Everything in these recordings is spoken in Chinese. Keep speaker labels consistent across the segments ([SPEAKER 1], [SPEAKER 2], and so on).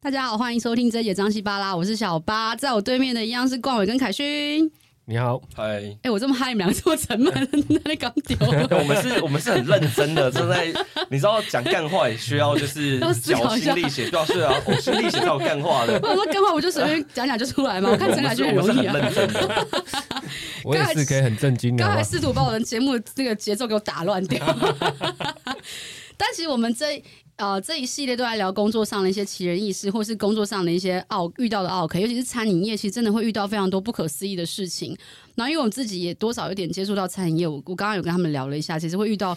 [SPEAKER 1] 大家好，欢迎收听这一节张西巴拉，我是小八，在我对面的一样是冠伟跟凯勋。
[SPEAKER 2] 你好，
[SPEAKER 3] 嗨，
[SPEAKER 1] 哎、我这么嗨，你们两个这么沉闷，那你搞丢 了。
[SPEAKER 3] 我们是，我们是很认真的，正在，你知道讲干话也需 要就是
[SPEAKER 1] 要思
[SPEAKER 3] 绞
[SPEAKER 1] 考一下
[SPEAKER 3] 心沥血，对啊，是啊，呕心沥血才有干话 的。
[SPEAKER 1] 我说干话，我就随便讲讲就出来嘛。我看陈凯
[SPEAKER 3] 我
[SPEAKER 1] 勋
[SPEAKER 3] 们
[SPEAKER 1] 很
[SPEAKER 3] 是
[SPEAKER 1] 容易
[SPEAKER 3] 我
[SPEAKER 1] 啊。
[SPEAKER 3] 们是很认真的，
[SPEAKER 2] 我也是可以很震惊的
[SPEAKER 1] 刚
[SPEAKER 2] 好
[SPEAKER 1] 才
[SPEAKER 2] 不好。
[SPEAKER 1] 试图把我们节目的这个节奏给我打乱掉。但其实我们这呃这一系列都在聊工作上的一些奇人异事，或是工作上的一些奥遇到的奥克，尤其是餐饮业，其实真的会遇到非常多不可思议的事情。然后因为我们自己也多少有点接触到餐饮业，我我刚刚有跟他们聊了一下，其实会遇到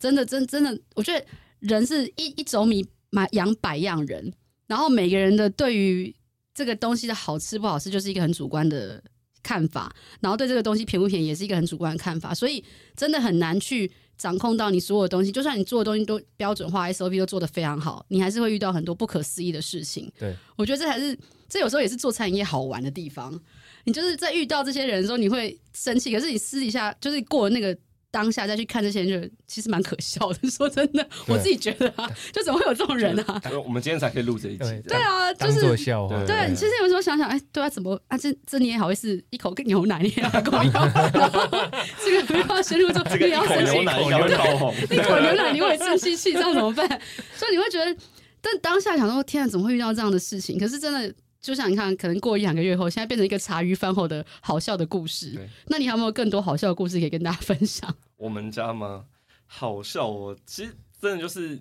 [SPEAKER 1] 真的真真的，我觉得人是一一种米买养百样人，然后每个人的对于这个东西的好吃不好吃，就是一个很主观的看法。然后对这个东西便不便宜也是一个很主观的看法，所以真的很难去掌控到你所有的东西。就算你做的东西都标准化，SOP 都做得非常好，你还是会遇到很多不可思议的事情。
[SPEAKER 2] 对，
[SPEAKER 1] 我觉得这才是这有时候也是做餐饮业好玩的地方。你就是在遇到这些人的时候，你会生气，可是你私底下就是过了那个。当下再去看这些人，就其实蛮可笑的。说真的，我自己觉得啊，就怎么会有这种人啊？
[SPEAKER 3] 因为我们今天才可以录这一集
[SPEAKER 2] 对。
[SPEAKER 3] 对
[SPEAKER 1] 对啊，就
[SPEAKER 2] 当
[SPEAKER 1] 是
[SPEAKER 2] 做笑话，
[SPEAKER 3] 对
[SPEAKER 1] 对，其实有时候想想，哎，对啊，怎么啊？这这你也好意思一口跟牛奶，你也要跟我要，然后这个啊不要深入中，
[SPEAKER 3] 这
[SPEAKER 1] 你
[SPEAKER 3] 个
[SPEAKER 1] 也
[SPEAKER 3] 一
[SPEAKER 1] 要
[SPEAKER 3] 口
[SPEAKER 1] 生
[SPEAKER 3] 牛
[SPEAKER 1] 气，
[SPEAKER 3] 奶应该会爆红。
[SPEAKER 1] 一口牛奶你会生气气，这样怎么办？所以你会觉得，但当下想说，天啊，怎么会遇到这样的事情？可是真的，就像你看，可能过一两个月后，现在变成一个茶余饭后的好笑的故事
[SPEAKER 3] 对。
[SPEAKER 1] 那你还有没有更多好笑的故事可以跟大家分享？
[SPEAKER 3] 我们家吗？好笑哦，其实真的就是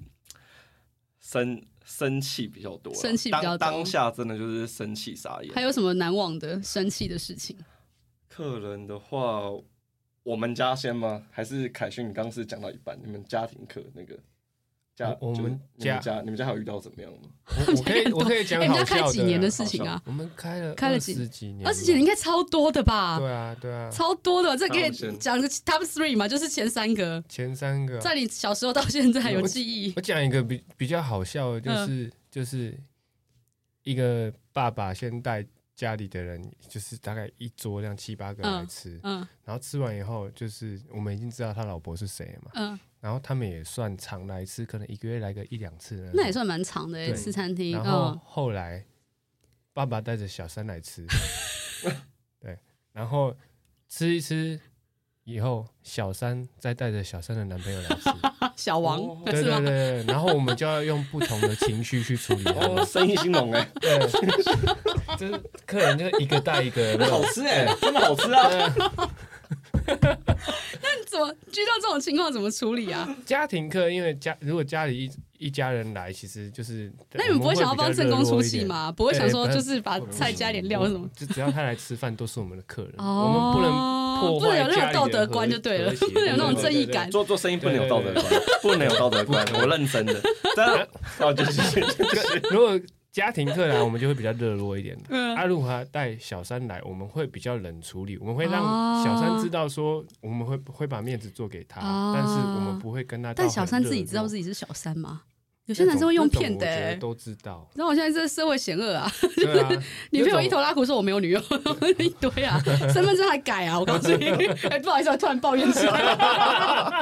[SPEAKER 3] 生生气比较多啦，
[SPEAKER 1] 生气比较多
[SPEAKER 3] 当当下真的就是生气傻眼
[SPEAKER 1] 还。有什么难忘的、生气的事情？
[SPEAKER 3] 客人的话，我们家先吗？还是凯勋？你刚刚是讲到一半，你们家庭课那个家，
[SPEAKER 2] 我我们
[SPEAKER 3] 就是你
[SPEAKER 2] 家
[SPEAKER 3] 们家，你们家还有遇到怎么样吗？
[SPEAKER 2] 我我可以我可以讲
[SPEAKER 1] 哎，你
[SPEAKER 2] 好
[SPEAKER 1] 要开
[SPEAKER 2] 笑
[SPEAKER 1] 几年的
[SPEAKER 2] 的。
[SPEAKER 1] 事情啊？
[SPEAKER 2] 我们开了
[SPEAKER 1] 开了几
[SPEAKER 2] 20几年，
[SPEAKER 1] 二十几年应该超多的吧？
[SPEAKER 2] 对啊对啊，
[SPEAKER 1] 超多的，这可以
[SPEAKER 3] 那我先
[SPEAKER 1] 讲个 top three 嘛，就是前三个，
[SPEAKER 2] 前三个啊。
[SPEAKER 1] 在你小时候到现在有记忆
[SPEAKER 2] 我讲一个比比较好笑的，
[SPEAKER 1] 嗯
[SPEAKER 2] 就是就是一个爸爸先带家里的人，就是大概一桌这样七八个
[SPEAKER 1] 嗯
[SPEAKER 2] 来吃，
[SPEAKER 1] 嗯
[SPEAKER 2] 然后吃完以后，就是我们已经知道他老婆是谁了嘛，
[SPEAKER 1] 嗯，
[SPEAKER 2] 然后他们也算常来吃，可能一个月来个一两次呢。
[SPEAKER 1] 那也算蛮长的欸
[SPEAKER 2] 对
[SPEAKER 1] 吃餐厅，
[SPEAKER 2] 然后
[SPEAKER 1] 嗯，
[SPEAKER 2] 后来爸爸带着小三 来吃，对，然后吃一吃以后，小三再带着小三的男朋友来 吃，
[SPEAKER 1] 啊小王
[SPEAKER 3] 哦
[SPEAKER 2] 对
[SPEAKER 1] 是
[SPEAKER 2] 对
[SPEAKER 1] 吗？
[SPEAKER 2] 对，然后我们就要用不同的情绪去处理他
[SPEAKER 3] 哦，
[SPEAKER 2] 们，
[SPEAKER 3] 生意兴隆哎，
[SPEAKER 2] 对，就是客人就一个带一个，
[SPEAKER 3] 好吃哎，真的好吃啊！
[SPEAKER 1] 那怎么遇到这种情况怎么处理啊？
[SPEAKER 2] 家庭课，因为家如果家里一一家人来，其实就是
[SPEAKER 1] 那你们不会想要帮正宫出气？吗？不会想说
[SPEAKER 2] 对
[SPEAKER 1] 就是把菜加点料什么？
[SPEAKER 2] 就只要他来吃饭，都是我们的客人，我们不能
[SPEAKER 1] 哦
[SPEAKER 2] 破
[SPEAKER 1] 不能
[SPEAKER 2] 坏
[SPEAKER 1] 有任何道德观就对了，不能有那种正义感。
[SPEAKER 3] 做做生意不能有道德观，不能有道德观，我认真的。但哦，就是
[SPEAKER 2] 如果家庭客来，我们就会比较热络一点的。
[SPEAKER 1] 嗯
[SPEAKER 2] 啊，如果他带小三来，我们会比较冷处理，我们会让
[SPEAKER 1] 哦
[SPEAKER 2] 小三知道说我们会会把面子做给他，
[SPEAKER 1] 哦
[SPEAKER 2] 但是我们不会跟他到
[SPEAKER 1] 但
[SPEAKER 2] 很热络。
[SPEAKER 1] 小三自己知道自己是小三吗？有
[SPEAKER 2] 有
[SPEAKER 1] 些男生会用骗的
[SPEAKER 2] 我觉
[SPEAKER 1] 欸。
[SPEAKER 2] 得。都知道
[SPEAKER 1] 那我现在这社会险恶啊！
[SPEAKER 2] 对 啊，
[SPEAKER 1] 女朋友一头拉苦说我没有女友， 一堆啊，身份证还改啊！我告诉 你，哎，不好意思，我突然抱怨起来，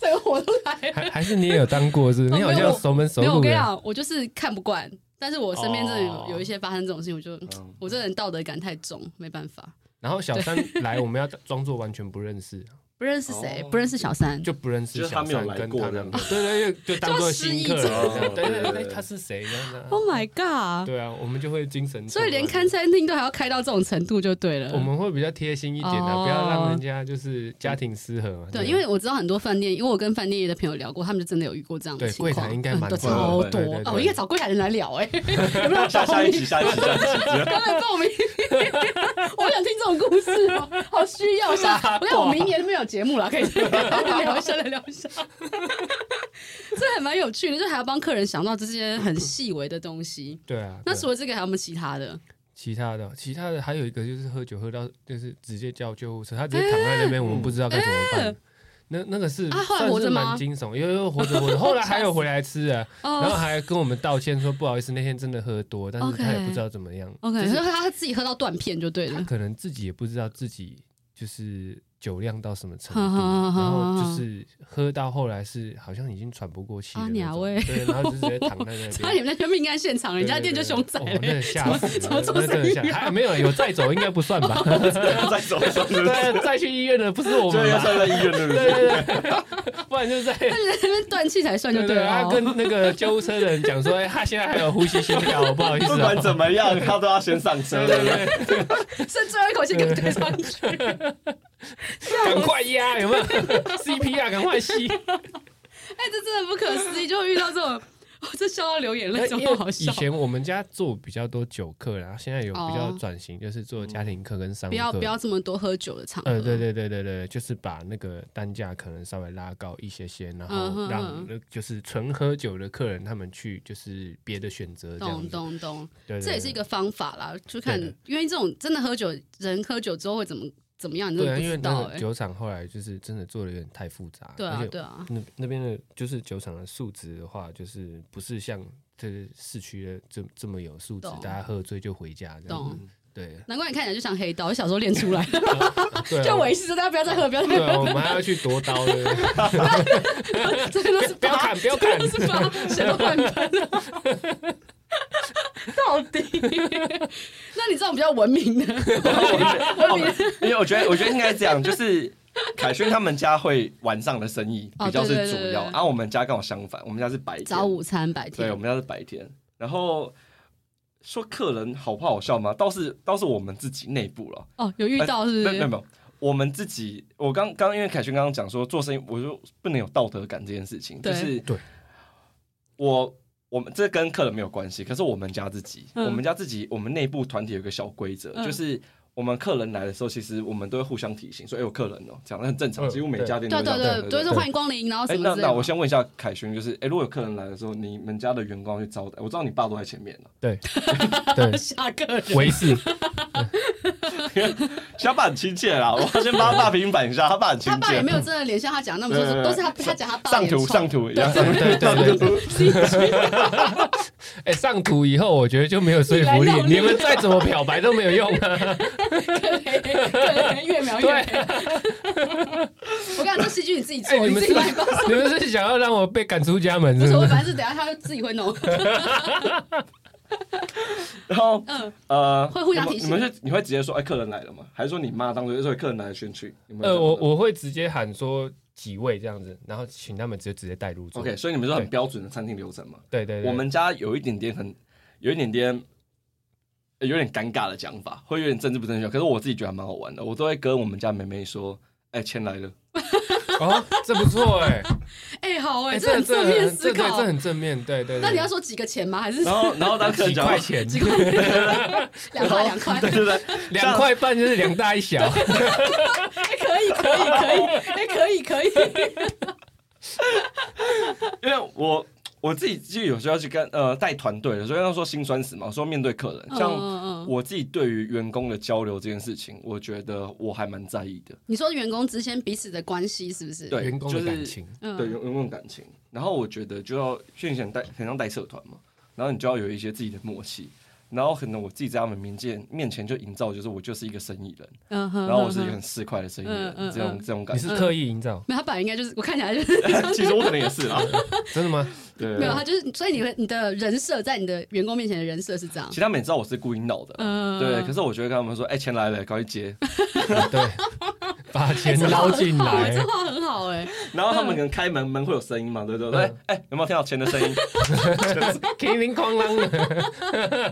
[SPEAKER 1] 整个火都来了。
[SPEAKER 2] 还还是你也有当过是
[SPEAKER 1] 哦
[SPEAKER 2] 不是？你好
[SPEAKER 1] 没有
[SPEAKER 2] 像熟门熟
[SPEAKER 1] 没有，我
[SPEAKER 2] 路
[SPEAKER 1] 跟你
[SPEAKER 2] 的。
[SPEAKER 1] 讲，我就是看不惯，但是我身边真的
[SPEAKER 2] 哦嗯
[SPEAKER 1] 有有一些发生这种事情，我就我这人道德感太重，没办法。
[SPEAKER 2] 然后小三来，我们要装作完全不认识，
[SPEAKER 1] 不认识谁，
[SPEAKER 3] 哦
[SPEAKER 1] 不认识小三，
[SPEAKER 2] 就不认识
[SPEAKER 3] 就是他
[SPEAKER 2] 小
[SPEAKER 3] 没有
[SPEAKER 2] 三
[SPEAKER 3] 来
[SPEAKER 2] 跟
[SPEAKER 3] 过
[SPEAKER 2] 他
[SPEAKER 3] 这
[SPEAKER 2] 的
[SPEAKER 3] 样，
[SPEAKER 2] 对 对，对就当做新客
[SPEAKER 1] 就
[SPEAKER 2] 人
[SPEAKER 3] 失忆
[SPEAKER 2] 这样。
[SPEAKER 3] 症
[SPEAKER 2] 对对对，
[SPEAKER 3] 哦
[SPEAKER 2] 他是谁？这样子啊
[SPEAKER 1] Oh my god！
[SPEAKER 2] 对啊，我们就会精神错
[SPEAKER 1] 所
[SPEAKER 2] 乱。
[SPEAKER 1] 以连看餐厅都还要开到这种程度就对了。
[SPEAKER 2] 我们会比较贴心一点
[SPEAKER 1] 哦
[SPEAKER 2] 啊，不要让人家就是家庭失和嘛。
[SPEAKER 1] 对，
[SPEAKER 2] 吧
[SPEAKER 1] 因为我知道很多饭店，因为我跟饭店业的朋友聊过，他们就真的有遇过这样的
[SPEAKER 2] 对
[SPEAKER 1] 情况，
[SPEAKER 2] 柜台应该蛮
[SPEAKER 1] 嗯都
[SPEAKER 2] 多
[SPEAKER 3] 的
[SPEAKER 1] 超
[SPEAKER 3] 对
[SPEAKER 1] 多
[SPEAKER 2] 对对
[SPEAKER 1] 哦，
[SPEAKER 2] 对
[SPEAKER 1] 我应该找柜台人来聊 哎，有没有
[SPEAKER 3] 下下一集，
[SPEAKER 1] 集？
[SPEAKER 3] 下一集，下一集。
[SPEAKER 1] 刚才报名，我想听这种故事哦，好需要。下，我看我明年没有节目了，可以 来聊一下，来聊一下。这还蛮有趣的，就还要帮客人想到这些很细微的东西。
[SPEAKER 2] 对啊，
[SPEAKER 1] 那
[SPEAKER 2] 对啊
[SPEAKER 1] 除了这个，还有没有其他的？
[SPEAKER 2] 其他的，其他的还有一个就是喝酒喝到就是直接叫救护车，他直接躺在那边，我们不知道该怎么办。那那个是
[SPEAKER 1] 嗯啊后来
[SPEAKER 2] 算
[SPEAKER 1] 活着
[SPEAKER 2] 是
[SPEAKER 1] 吗
[SPEAKER 2] 蛮惊悚，有有活 着活着，后来还有回来吃啊，
[SPEAKER 1] 哦
[SPEAKER 2] 然后还跟我们道歉说不好意思，那天真的喝多，但是他也不知道怎么样
[SPEAKER 1] OK，
[SPEAKER 2] 就
[SPEAKER 1] 所以
[SPEAKER 2] 是
[SPEAKER 1] 他自己喝到断片就对
[SPEAKER 2] 他
[SPEAKER 1] 了。
[SPEAKER 2] 可能自己也不知道自己就是酒量到什么程
[SPEAKER 1] 哼
[SPEAKER 2] 度，
[SPEAKER 1] 哼哼
[SPEAKER 2] 然后
[SPEAKER 1] 哼
[SPEAKER 2] 就是喝到后来是好像已经喘不过气
[SPEAKER 1] 啊
[SPEAKER 2] 的
[SPEAKER 1] 娘
[SPEAKER 2] 那
[SPEAKER 1] 喂
[SPEAKER 2] 种，对，然后就直接躺在那
[SPEAKER 1] 差
[SPEAKER 2] 边。
[SPEAKER 1] 点在全命案现场，人家店就熊仔
[SPEAKER 2] 对对对哦那
[SPEAKER 1] 嘞，
[SPEAKER 2] 个吓死
[SPEAKER 1] 怎
[SPEAKER 2] 了
[SPEAKER 1] 么怎么
[SPEAKER 2] 那
[SPEAKER 1] 做生
[SPEAKER 2] 真的
[SPEAKER 1] 意
[SPEAKER 2] 吓哎
[SPEAKER 1] 啊
[SPEAKER 2] 还没有有再走，应该不 算吧？
[SPEAKER 3] 再走，
[SPEAKER 2] 对，再去医院的不是我
[SPEAKER 3] 就
[SPEAKER 2] 们
[SPEAKER 3] 要
[SPEAKER 2] 吧？
[SPEAKER 3] 算在医 院对不
[SPEAKER 2] 对
[SPEAKER 3] 对？
[SPEAKER 2] 对对，不然就是在
[SPEAKER 1] 但是在那边断气才算就
[SPEAKER 2] 对
[SPEAKER 1] 了
[SPEAKER 2] 他
[SPEAKER 1] 哦。
[SPEAKER 2] 跟那个救护车的人讲说，哎，他现在还有呼吸心跳，不好意思
[SPEAKER 3] 不
[SPEAKER 2] 哦，
[SPEAKER 3] 管怎么样，他都要先上车，对不对？
[SPEAKER 1] 剩最后一口气给推上去， 哎
[SPEAKER 2] 赶快压，有没有 CPR？赶快吸，
[SPEAKER 1] 哎，这真的不可思议，就会遇到这种，我这笑到流眼泪，怎
[SPEAKER 2] 哎因
[SPEAKER 1] 么
[SPEAKER 2] 为
[SPEAKER 1] 好
[SPEAKER 2] 以
[SPEAKER 1] 笑？
[SPEAKER 2] 前我们家做比较多酒客，然后现在有比较
[SPEAKER 1] 哦
[SPEAKER 2] 转型，就是做家庭课跟商
[SPEAKER 1] 不
[SPEAKER 2] 务
[SPEAKER 1] 要
[SPEAKER 2] 课。
[SPEAKER 1] 不要嗯这么多喝酒的场合，
[SPEAKER 2] 呃，对对对对对，就是把那个单价可能稍微拉高一些些，然
[SPEAKER 1] 嗯哼
[SPEAKER 2] 后让那就是纯喝酒的客人他们去就是别的选择这样
[SPEAKER 1] 懂
[SPEAKER 2] 子。
[SPEAKER 1] 懂懂，
[SPEAKER 2] 对，对
[SPEAKER 1] 这也是一。个方法啦，就看
[SPEAKER 2] 对的，
[SPEAKER 1] 因为这种真的喝酒，人喝酒之后会怎么怎么样，你
[SPEAKER 2] 对
[SPEAKER 1] 真
[SPEAKER 2] 对
[SPEAKER 1] 的
[SPEAKER 2] 啊，
[SPEAKER 1] 不
[SPEAKER 2] 因为
[SPEAKER 1] 知
[SPEAKER 2] 那
[SPEAKER 1] 道
[SPEAKER 2] 个
[SPEAKER 1] 哎。
[SPEAKER 2] 酒厂后来就是真的做的有点太复杂，
[SPEAKER 1] 对
[SPEAKER 2] 而
[SPEAKER 1] 啊
[SPEAKER 2] 且
[SPEAKER 1] 对啊，
[SPEAKER 2] 那那边的就是酒厂的素质的话，就是不是像这市区的这这么有素质
[SPEAKER 1] 懂，
[SPEAKER 2] 大家喝醉就回家这样
[SPEAKER 1] 懂
[SPEAKER 2] 子。 对，
[SPEAKER 1] 难怪你看起来就像黑道，小时候练出来的，
[SPEAKER 2] 对啊
[SPEAKER 1] 就我意思，大家不要再喝，不要再
[SPEAKER 2] 对
[SPEAKER 1] 喝，
[SPEAKER 2] 啊，我们还要去夺刀的， 啊
[SPEAKER 1] 这个都是
[SPEAKER 2] 不要砍，不要砍
[SPEAKER 1] 真的。是把谁都换喷了， 到底？那你这种比较文明的， 文明的
[SPEAKER 3] 因为我觉得，我觉得应该这样，就是凯勋他们家会晚上的生意
[SPEAKER 1] 哦
[SPEAKER 3] 比较是
[SPEAKER 1] 对对
[SPEAKER 3] 主
[SPEAKER 1] 对
[SPEAKER 3] 要，
[SPEAKER 1] 对
[SPEAKER 3] 然后、我们家刚好相反，我们家是白天，
[SPEAKER 1] 早午餐白
[SPEAKER 3] 对，我
[SPEAKER 1] 天，
[SPEAKER 3] 们家是白天。然后说客人好不好笑吗？倒是倒是我们自己内部了，
[SPEAKER 1] 哦，有遇到是不
[SPEAKER 2] 哎
[SPEAKER 3] 没有没有
[SPEAKER 1] 是？
[SPEAKER 3] 没有，我们自己，我刚刚因为凯勋刚刚讲说做生意，我就不能有道德感这件事情，
[SPEAKER 1] 对
[SPEAKER 3] 就是
[SPEAKER 2] 对
[SPEAKER 3] 我。我们这跟客人没有关系，可是我们家自己，
[SPEAKER 1] 嗯
[SPEAKER 3] 我们家自己，我们内部团体有一个小规则，
[SPEAKER 1] 嗯
[SPEAKER 3] 就是我们客人来的时候，其实我们都会互相提醒，说：“哎、有客人哦、这样很正常，
[SPEAKER 2] 嗯
[SPEAKER 3] 几乎每家店都
[SPEAKER 1] 对
[SPEAKER 3] 会这样。
[SPEAKER 1] 对对，都是欢迎光临，然后什
[SPEAKER 3] 哎、
[SPEAKER 1] 么
[SPEAKER 3] 那
[SPEAKER 1] 之类
[SPEAKER 3] 那
[SPEAKER 1] 的
[SPEAKER 3] 我
[SPEAKER 1] 嘛。
[SPEAKER 3] 先问一下凯勋，就是哎、如果有客人来的时候，你们家的员工要去招待，我知道你爸都在前面了，
[SPEAKER 2] 对对，
[SPEAKER 1] 下个人
[SPEAKER 2] 维士，
[SPEAKER 3] 小爸很亲切啦，我要先帮他爸平反一下，他爸很亲
[SPEAKER 1] 他爸也
[SPEAKER 3] 切
[SPEAKER 1] 没。有真的脸像他讲那么
[SPEAKER 3] 对
[SPEAKER 1] 说，
[SPEAKER 3] 对对
[SPEAKER 1] 哦都是他他讲他爸
[SPEAKER 3] 上
[SPEAKER 1] 脸
[SPEAKER 3] 图
[SPEAKER 1] 臭
[SPEAKER 3] 上图一样，
[SPEAKER 2] 对对 对。哎，上图以后我觉得就没有说服
[SPEAKER 1] 你
[SPEAKER 2] 力
[SPEAKER 1] 来，弄
[SPEAKER 2] 你们再怎么漂白都没有用 啊。
[SPEAKER 1] 对对，越描越
[SPEAKER 2] 对
[SPEAKER 1] 黑。我跟你讲，这戏剧你自己
[SPEAKER 2] 哎，
[SPEAKER 1] 做，
[SPEAKER 2] 你
[SPEAKER 1] 你
[SPEAKER 2] 们
[SPEAKER 1] 自
[SPEAKER 2] 是
[SPEAKER 1] 己来吧。
[SPEAKER 2] 你们是想要让我被赶出家门
[SPEAKER 1] 无
[SPEAKER 2] 是
[SPEAKER 1] 所
[SPEAKER 2] 不
[SPEAKER 1] 谓，
[SPEAKER 2] 是？
[SPEAKER 1] 反正等一下他自己会弄。
[SPEAKER 3] 然后
[SPEAKER 1] 嗯，
[SPEAKER 3] 呃，
[SPEAKER 1] 会互相提醒
[SPEAKER 3] 你们你们是你会直接说哎、客人来了吗？还是说你妈当时就说客人来了先去？你们会
[SPEAKER 2] 呃，
[SPEAKER 3] 这样
[SPEAKER 2] 我
[SPEAKER 3] 吗
[SPEAKER 2] 我会直接喊说几位这样子，然后请他们直接直接带入座。
[SPEAKER 3] OK，所以你们是很
[SPEAKER 2] 对
[SPEAKER 3] 标准的餐厅流程嘛？
[SPEAKER 2] 对对对，
[SPEAKER 3] 我们家有一点点很，有一点点。呃有点尴尬的讲法，会有点政治不正确，可是我自己觉得还蛮好玩的。我都会跟我们家妹妹说：“哎、钱来了。
[SPEAKER 2] 哦，这不错 哎，
[SPEAKER 1] 哎，好哎，
[SPEAKER 2] 哎，
[SPEAKER 1] 这很
[SPEAKER 2] 这
[SPEAKER 1] 正面思
[SPEAKER 2] 这这
[SPEAKER 1] 考
[SPEAKER 2] 这。很正面，对对。对
[SPEAKER 1] 那你要说几个钱吗？还是”
[SPEAKER 3] 然后，然后当客人
[SPEAKER 2] 几
[SPEAKER 3] 讲
[SPEAKER 2] 块
[SPEAKER 3] 话
[SPEAKER 2] 钱，
[SPEAKER 1] 几块？两块两块，
[SPEAKER 3] 对对对，
[SPEAKER 2] 两块半就是两大一小，
[SPEAKER 1] 哎，可以可以可以，哎，可以可以。
[SPEAKER 3] 因为我我自己就有时候要去跟呃带团队的，所以要说心酸史嘛，说面对客人，像
[SPEAKER 1] 嗯嗯，
[SPEAKER 3] 我自己对于员工的交流这件事情，我觉得我还蛮在意的，
[SPEAKER 1] 你说员工之间彼此的关系是不是？
[SPEAKER 3] 对，
[SPEAKER 2] 员工
[SPEAKER 3] 就
[SPEAKER 2] 的
[SPEAKER 3] 是
[SPEAKER 2] 感情，
[SPEAKER 1] 嗯
[SPEAKER 3] 对员员工的感情。然后我觉得就要像想带很像带社团嘛，然后你就要有一些自己的默契。然后可能我自己在他们面前面前就营造，就是我就是一个生意人，
[SPEAKER 1] 嗯哼
[SPEAKER 3] 然后我是一个很市侩的生意人
[SPEAKER 1] 嗯，嗯嗯
[SPEAKER 3] 这种这种感
[SPEAKER 2] 你
[SPEAKER 3] 觉
[SPEAKER 2] 是。刻意营造，
[SPEAKER 1] 没有，他本来应该就是我看起来就是
[SPEAKER 3] 其实我可能也是啦，啊
[SPEAKER 2] 真的吗？
[SPEAKER 3] 对
[SPEAKER 1] 没有，他就是所以你会你的人设在你的员工面前的人设是这样
[SPEAKER 3] 其。实他们也知道我是故意闹的，
[SPEAKER 1] 嗯，
[SPEAKER 3] 对。可是我就会跟他们说，哎，钱来了，赶快接。
[SPEAKER 2] 对，把
[SPEAKER 1] 哎
[SPEAKER 2] 钱捞进来
[SPEAKER 1] 这，话很好哎、
[SPEAKER 3] 然后他们可能开门，门会有声音嘛，对不对？哎
[SPEAKER 2] 嗯、
[SPEAKER 3] 哎有没有听到钱的 声音？
[SPEAKER 2] 叮铃哐啷的。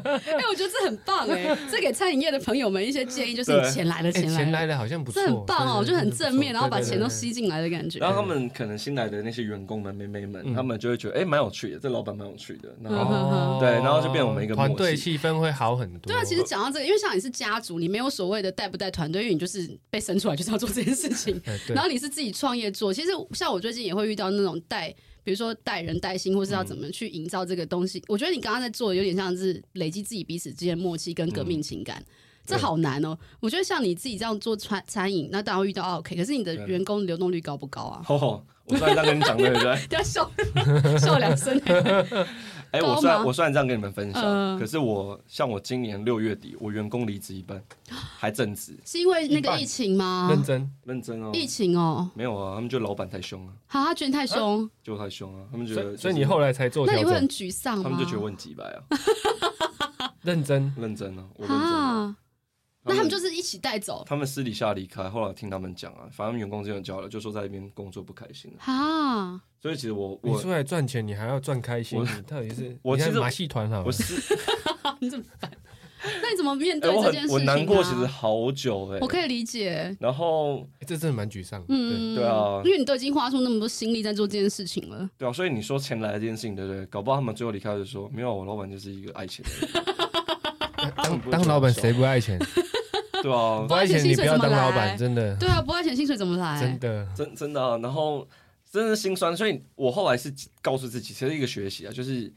[SPEAKER 1] 哎、我觉得这很 棒哎、这给餐饮业的朋友们一些建议，就是
[SPEAKER 3] 对
[SPEAKER 1] 你钱来了，
[SPEAKER 2] 哎，
[SPEAKER 1] 来
[SPEAKER 2] 钱
[SPEAKER 1] 了，
[SPEAKER 2] 来了，好像不错，
[SPEAKER 1] 这很棒哦，
[SPEAKER 2] 对
[SPEAKER 1] 就很正面，然后把钱都。
[SPEAKER 2] 对对对对对对
[SPEAKER 1] 吸进来的感觉。
[SPEAKER 3] 然后他们可能新来的那些员工们、妹妹们，
[SPEAKER 2] 嗯
[SPEAKER 3] 他们就会觉得哎蛮有趣的，这老板蛮有趣的。然
[SPEAKER 1] 嗯
[SPEAKER 3] 后、
[SPEAKER 2] 哦，
[SPEAKER 3] 对然后就变我们一个默契
[SPEAKER 2] 团队气氛会好很多。
[SPEAKER 1] 对啊，其实讲到这个，因为像你是家族，你没有所谓的带不带团队，因为你就是被生出来就是要做这件事情。
[SPEAKER 2] 哎 对
[SPEAKER 1] 然后你是自己创业做，其实像我最近也会遇到那种带，比如说带人带心，或是要
[SPEAKER 2] 嗯
[SPEAKER 1] 怎么去营造这个东西。我觉得你刚刚在做的有点像是累积自己彼此之间的默契跟革命情感。这
[SPEAKER 2] 嗯对
[SPEAKER 1] 好难哦！我觉得像你自己这样做餐餐饮，那当然会遇到哦 OK，可是你的
[SPEAKER 3] 对
[SPEAKER 1] 员工流动率高不高啊？
[SPEAKER 3] 吼吼，我知道你在跟你讲对不对？
[SPEAKER 1] 要笑笑两声，
[SPEAKER 3] 哎、哎、
[SPEAKER 1] 高
[SPEAKER 3] 我虽然
[SPEAKER 1] 吗
[SPEAKER 3] 我虽然这样跟你们分享，
[SPEAKER 1] 嗯
[SPEAKER 3] 可是我像我今年六月底，我员工离职一半，还正职，
[SPEAKER 1] 是因为那
[SPEAKER 2] 一
[SPEAKER 1] 个
[SPEAKER 2] 半
[SPEAKER 1] 疫情吗？
[SPEAKER 2] 认真，
[SPEAKER 3] 认真哦，
[SPEAKER 1] 疫情哦，
[SPEAKER 3] 没有啊，他们就老板太凶了，
[SPEAKER 1] 哈，他卷太凶，
[SPEAKER 3] 就太凶啊了，他们觉
[SPEAKER 2] 所
[SPEAKER 3] 得、
[SPEAKER 2] 以所以你后来才做
[SPEAKER 1] 那
[SPEAKER 2] 调
[SPEAKER 1] 你会很
[SPEAKER 2] 整，
[SPEAKER 1] 沮丧吗？
[SPEAKER 3] 他们就觉得我很急白啊，
[SPEAKER 2] 认真，
[SPEAKER 3] 认真啊，我认真啊、
[SPEAKER 1] 啊，那他们就是一起带走
[SPEAKER 3] 他们私底下离开，后来听他们讲啊，反正员工之间有交流，就说在那边工作不开心了。
[SPEAKER 1] 哈，
[SPEAKER 3] 所以其实我
[SPEAKER 2] 你
[SPEAKER 3] 我
[SPEAKER 2] 出来赚钱，你还要赚开心，
[SPEAKER 3] 我
[SPEAKER 2] 你到底是
[SPEAKER 3] 我
[SPEAKER 2] 你看
[SPEAKER 3] 其实
[SPEAKER 2] 马戏团好了
[SPEAKER 3] 我，是
[SPEAKER 1] 你怎么办？那你怎么面
[SPEAKER 3] 哎、
[SPEAKER 1] 对
[SPEAKER 3] 我
[SPEAKER 1] 这件事
[SPEAKER 3] 很
[SPEAKER 1] 情、啊
[SPEAKER 3] 我难过，其实好久哎、
[SPEAKER 1] 我可以理解，
[SPEAKER 3] 然后
[SPEAKER 2] 欸这真的蛮沮丧，对，
[SPEAKER 1] 嗯，
[SPEAKER 3] 对啊
[SPEAKER 1] 因为你都已经花出那么多心力在做这件事情 了，
[SPEAKER 3] 对啊，所以你说钱来这件事情，对不对？搞不好他们最后离开就说没有，我老板就是一个爱钱的
[SPEAKER 1] 嗯
[SPEAKER 2] 当当老板谁不爱钱？
[SPEAKER 3] 人， 对啊
[SPEAKER 2] 不，爱钱你不要当老
[SPEAKER 1] 不爱钱
[SPEAKER 2] 板，
[SPEAKER 1] 薪水
[SPEAKER 2] 真的
[SPEAKER 1] 对啊，不爱钱薪水怎么来？
[SPEAKER 2] 真的，
[SPEAKER 3] 真真的、啊，然后真的是心酸，所以我后来是告诉自己，其实一个学习啊，就是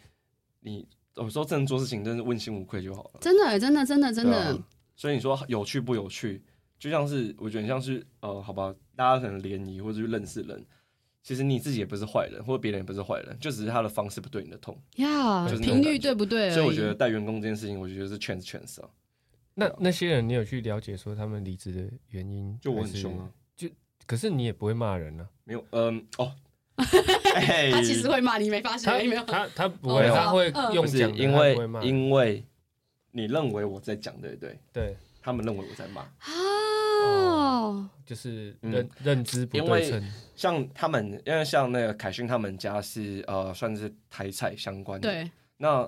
[SPEAKER 3] 你有时候真的做事情，真是问心无愧就好了，
[SPEAKER 1] 真的，真的，真的，真
[SPEAKER 3] 对
[SPEAKER 1] 的
[SPEAKER 3] 啊，所以你说有趣不有趣，就像是我觉得你像是呃，好吧，大家可能联谊或者去认识人，其实你自己也不是坏人，或者别人也不是坏人，就只是他的方式不对你的痛。
[SPEAKER 1] 呀
[SPEAKER 3] 就是，那种
[SPEAKER 1] 频率
[SPEAKER 3] 感觉
[SPEAKER 1] 对不对而已？
[SPEAKER 3] 所以我觉得带员工这件事情，我觉得是 chance chance 啊，
[SPEAKER 2] 那那些人你有去了解说他们离职的原因？
[SPEAKER 3] 就我很凶啊，，
[SPEAKER 2] 可是你也不会骂人啊，
[SPEAKER 3] 没有，嗯， 哦，哎嘿
[SPEAKER 1] 他其实会骂你，没发现
[SPEAKER 2] 他
[SPEAKER 1] 没有？
[SPEAKER 2] 他他不
[SPEAKER 1] 哦
[SPEAKER 2] 会，
[SPEAKER 3] 没有
[SPEAKER 2] 他会用
[SPEAKER 3] 不是
[SPEAKER 2] 讲的，
[SPEAKER 3] 因
[SPEAKER 2] 他
[SPEAKER 3] 为
[SPEAKER 2] 不会骂人，
[SPEAKER 3] 因为你认为我在讲对不对？
[SPEAKER 2] 对，
[SPEAKER 3] 他们认为我在骂，
[SPEAKER 1] 哦，
[SPEAKER 2] 就是
[SPEAKER 3] 嗯
[SPEAKER 2] 认认知不对称，
[SPEAKER 3] 像他们，因为像那个凯勋他们家是呃，算是台菜相关的，
[SPEAKER 1] 对，
[SPEAKER 3] 那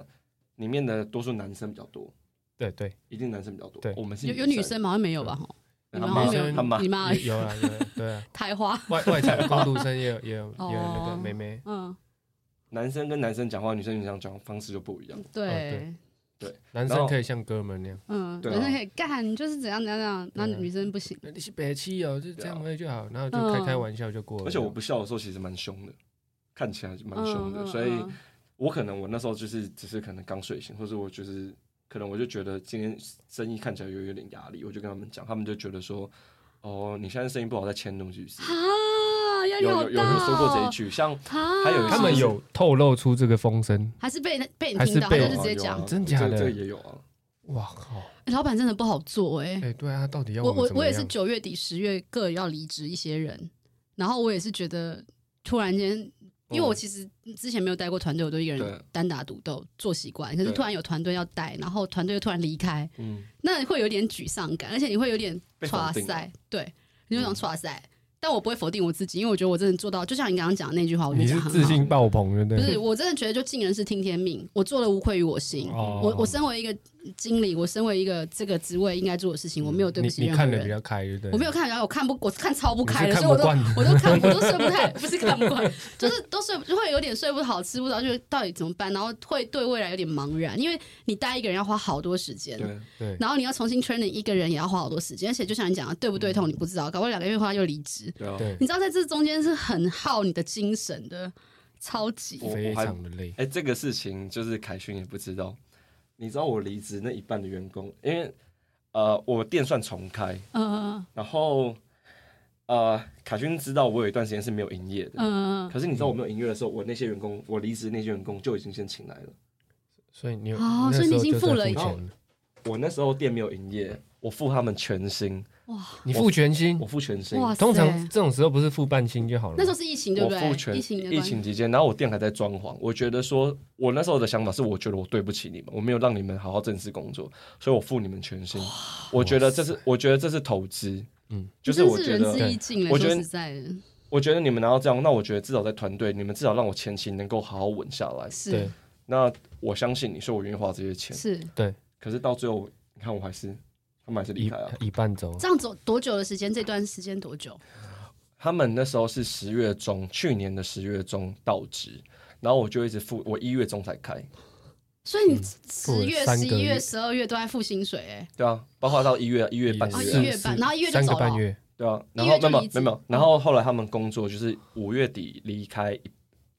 [SPEAKER 3] 里面的多数男生比较多，
[SPEAKER 2] 对对，
[SPEAKER 3] 一定男生比较多，
[SPEAKER 2] 对
[SPEAKER 3] 我们是
[SPEAKER 1] 有有女，生吗？好像没有吧？吼，
[SPEAKER 3] 他
[SPEAKER 1] 你们好像
[SPEAKER 3] 妈
[SPEAKER 1] 没
[SPEAKER 2] 女
[SPEAKER 1] 有，
[SPEAKER 2] 生
[SPEAKER 3] 他妈
[SPEAKER 1] 你妈而已
[SPEAKER 2] 有啊有啊，对啊，
[SPEAKER 1] 开花，
[SPEAKER 2] 外外场工读生也有也有也有那个
[SPEAKER 1] 哦
[SPEAKER 2] 妹妹，
[SPEAKER 1] 嗯，
[SPEAKER 3] 男生跟男生讲话，女生跟女生讲话方式就不一样，
[SPEAKER 1] 对
[SPEAKER 2] 哦对，男生可以像哥们那样，
[SPEAKER 1] 嗯，
[SPEAKER 3] 对啊
[SPEAKER 1] 男生可以干，你就是怎样怎样怎样，那
[SPEAKER 2] 对啊
[SPEAKER 1] 女生不行。
[SPEAKER 2] 那你是北七哦，就这样而已就好，然后
[SPEAKER 1] 嗯
[SPEAKER 2] 就开开玩笑就过了，
[SPEAKER 3] 而且我不笑的时候其实蛮凶的，看起来就蛮凶的，
[SPEAKER 1] 嗯
[SPEAKER 3] 所以
[SPEAKER 1] 嗯
[SPEAKER 3] 我可能我那时候就是只是可能刚睡醒，或者我就是可能我就觉得今天生意看起来有有点压力，我就跟他们讲，他们就觉得说，哦，你现在生意不好，再迁怒去死。
[SPEAKER 1] 啊，压力
[SPEAKER 3] 有
[SPEAKER 1] 好
[SPEAKER 3] 有有
[SPEAKER 1] 大
[SPEAKER 3] 人
[SPEAKER 1] 哦。
[SPEAKER 3] 说过这一句，像
[SPEAKER 1] 啊，
[SPEAKER 3] 还有一
[SPEAKER 2] 他们有透露出这个风声，
[SPEAKER 1] 还是被被你
[SPEAKER 2] 还是
[SPEAKER 1] 听到，他
[SPEAKER 2] 被
[SPEAKER 1] 就
[SPEAKER 2] 我
[SPEAKER 1] 是直接
[SPEAKER 3] 有啊
[SPEAKER 1] 讲
[SPEAKER 3] 有啊，
[SPEAKER 2] 真假的
[SPEAKER 3] 这这个也有啊，
[SPEAKER 2] 哇靠，
[SPEAKER 1] 欸老板真的不好做哎。
[SPEAKER 2] 哎对啊，他到底要
[SPEAKER 1] 我
[SPEAKER 2] 们
[SPEAKER 1] 我
[SPEAKER 2] 怎么
[SPEAKER 1] 我也
[SPEAKER 2] 样
[SPEAKER 1] 是九月底十月各要离职一些人，然后我也是觉得突然间，因为我其实之前没有带过团队，我都一个人
[SPEAKER 3] 嗯对
[SPEAKER 1] 单打独斗做习惯，可是
[SPEAKER 3] 对
[SPEAKER 1] 突然有团队要带，然后团队又突然离开，
[SPEAKER 3] 嗯，
[SPEAKER 1] 那会有点沮丧感，而且你会有点
[SPEAKER 3] 被否
[SPEAKER 1] 哇
[SPEAKER 3] 定
[SPEAKER 1] 塞，
[SPEAKER 2] 嗯
[SPEAKER 1] 对，你就想哇塞，但我不会否定我自己，因为我觉得我真的做到，就像你刚刚讲的那句话，我觉
[SPEAKER 2] 你
[SPEAKER 1] 得
[SPEAKER 2] 是
[SPEAKER 1] 讲得
[SPEAKER 2] 自
[SPEAKER 1] 很好
[SPEAKER 2] 信爆棚，对不
[SPEAKER 1] 不
[SPEAKER 2] 对？
[SPEAKER 1] 是，我真的觉得就尽人事听天命，我做了无愧于我心。
[SPEAKER 2] 哦
[SPEAKER 1] 我我身为一个经理，我身为一个这个职位应该做的事情，我没有对不起
[SPEAKER 2] 嗯你
[SPEAKER 1] 任何
[SPEAKER 2] 你看的比
[SPEAKER 1] 人。
[SPEAKER 2] 较开，对不对？
[SPEAKER 1] 我没有看得到，然后我看不，我看超不开
[SPEAKER 2] 你
[SPEAKER 1] 的，
[SPEAKER 2] 是
[SPEAKER 1] 所以
[SPEAKER 2] 看
[SPEAKER 1] 我
[SPEAKER 2] 不
[SPEAKER 1] 都
[SPEAKER 2] 惯的
[SPEAKER 1] 我都看，我都睡不太，不是看不 惯，就是都睡不，就会有点睡不好，吃不着，就是到底怎么办，然后会对未来有点茫然，因为你带一个人要花好多时间，
[SPEAKER 3] 对，
[SPEAKER 2] 对，
[SPEAKER 1] 然后你要重新 training 一个人也要花好多时间，而且就像你讲的，对不对痛你不知道，搞不好两个月后他就离职，
[SPEAKER 3] 嗯对啊，
[SPEAKER 2] 对
[SPEAKER 1] 你知道在这中间是很耗你的精神的，超级。
[SPEAKER 3] 我
[SPEAKER 2] 非
[SPEAKER 3] 还
[SPEAKER 2] 常的累。
[SPEAKER 3] 哎，这个事情就是凯勋也不知道，你知道我离职那一半的员工，因为呃，我店算重开，
[SPEAKER 1] 嗯
[SPEAKER 3] 然后呃，凯勋知道我有一段时间是没有营业的，
[SPEAKER 1] 嗯，
[SPEAKER 3] 可是你知道我没有营业的时候，我那些员工，我离职那些员工就已经先请来了。
[SPEAKER 2] 所以你有
[SPEAKER 1] 哦
[SPEAKER 2] 那
[SPEAKER 1] 所以你
[SPEAKER 2] 时
[SPEAKER 1] 已
[SPEAKER 2] 候
[SPEAKER 1] 经
[SPEAKER 2] 就
[SPEAKER 1] 付
[SPEAKER 2] 在
[SPEAKER 1] 了
[SPEAKER 2] 付
[SPEAKER 1] 一个
[SPEAKER 2] 钱了，
[SPEAKER 3] 我那时候店没有营业，我付他们全薪，
[SPEAKER 2] 你付全薪
[SPEAKER 3] 我。付全薪，
[SPEAKER 1] 哇塞！
[SPEAKER 2] 通常这种时候不是付半薪就好了吗？
[SPEAKER 1] 那时候是疫情对
[SPEAKER 3] 我
[SPEAKER 1] 不对
[SPEAKER 3] 付？全
[SPEAKER 1] 疫情的
[SPEAKER 3] 疫
[SPEAKER 1] 关系
[SPEAKER 3] 情期间，然后我店还在装潢，我觉得说，我那时候的想法是，我觉得我对不起你们，我没有让你们好好正式工作，所以我付你们全薪。我觉得这是，我觉得这是投资，
[SPEAKER 2] 嗯
[SPEAKER 3] 嗯，就是
[SPEAKER 1] 真
[SPEAKER 3] 我
[SPEAKER 1] 是
[SPEAKER 3] 觉
[SPEAKER 1] 仁
[SPEAKER 3] 得
[SPEAKER 1] 至义尽了。
[SPEAKER 3] 我
[SPEAKER 1] 说
[SPEAKER 3] 觉得
[SPEAKER 1] 实在的，
[SPEAKER 3] 我觉得你们拿到这样，那我觉得至少在团队，你们至少让我前期能够好好稳下来。
[SPEAKER 1] 是
[SPEAKER 2] 对
[SPEAKER 3] 那我相信你，所以我愿意花这些钱。
[SPEAKER 1] 是
[SPEAKER 3] 可是到最后，你看我还是他们还是离
[SPEAKER 2] 一
[SPEAKER 3] 开啊。
[SPEAKER 2] 一半走，
[SPEAKER 1] 这样走多久的时间？这段时间多久？
[SPEAKER 3] 他们那时候是十月中，去年的十月中到职，然后我就一直付，我一月中才开，
[SPEAKER 1] 所
[SPEAKER 3] 嗯
[SPEAKER 1] 以你
[SPEAKER 2] 付了
[SPEAKER 1] 十月、
[SPEAKER 2] 三
[SPEAKER 1] 十
[SPEAKER 2] 个
[SPEAKER 1] 一
[SPEAKER 2] 月
[SPEAKER 1] 月、十二月都在付薪水哎，
[SPEAKER 3] 对啊，包括到一月一月半
[SPEAKER 2] 一
[SPEAKER 1] 哦，
[SPEAKER 3] 一
[SPEAKER 2] 月
[SPEAKER 1] 一
[SPEAKER 2] 是
[SPEAKER 1] 月半，然后一月就
[SPEAKER 2] 三个
[SPEAKER 1] 走了
[SPEAKER 2] 半。月，
[SPEAKER 3] 对啊，然
[SPEAKER 1] 一
[SPEAKER 3] 后
[SPEAKER 1] 月就
[SPEAKER 3] 没有没
[SPEAKER 1] 离职
[SPEAKER 3] 有没有，然后后来他们工作就是五月底离开一呃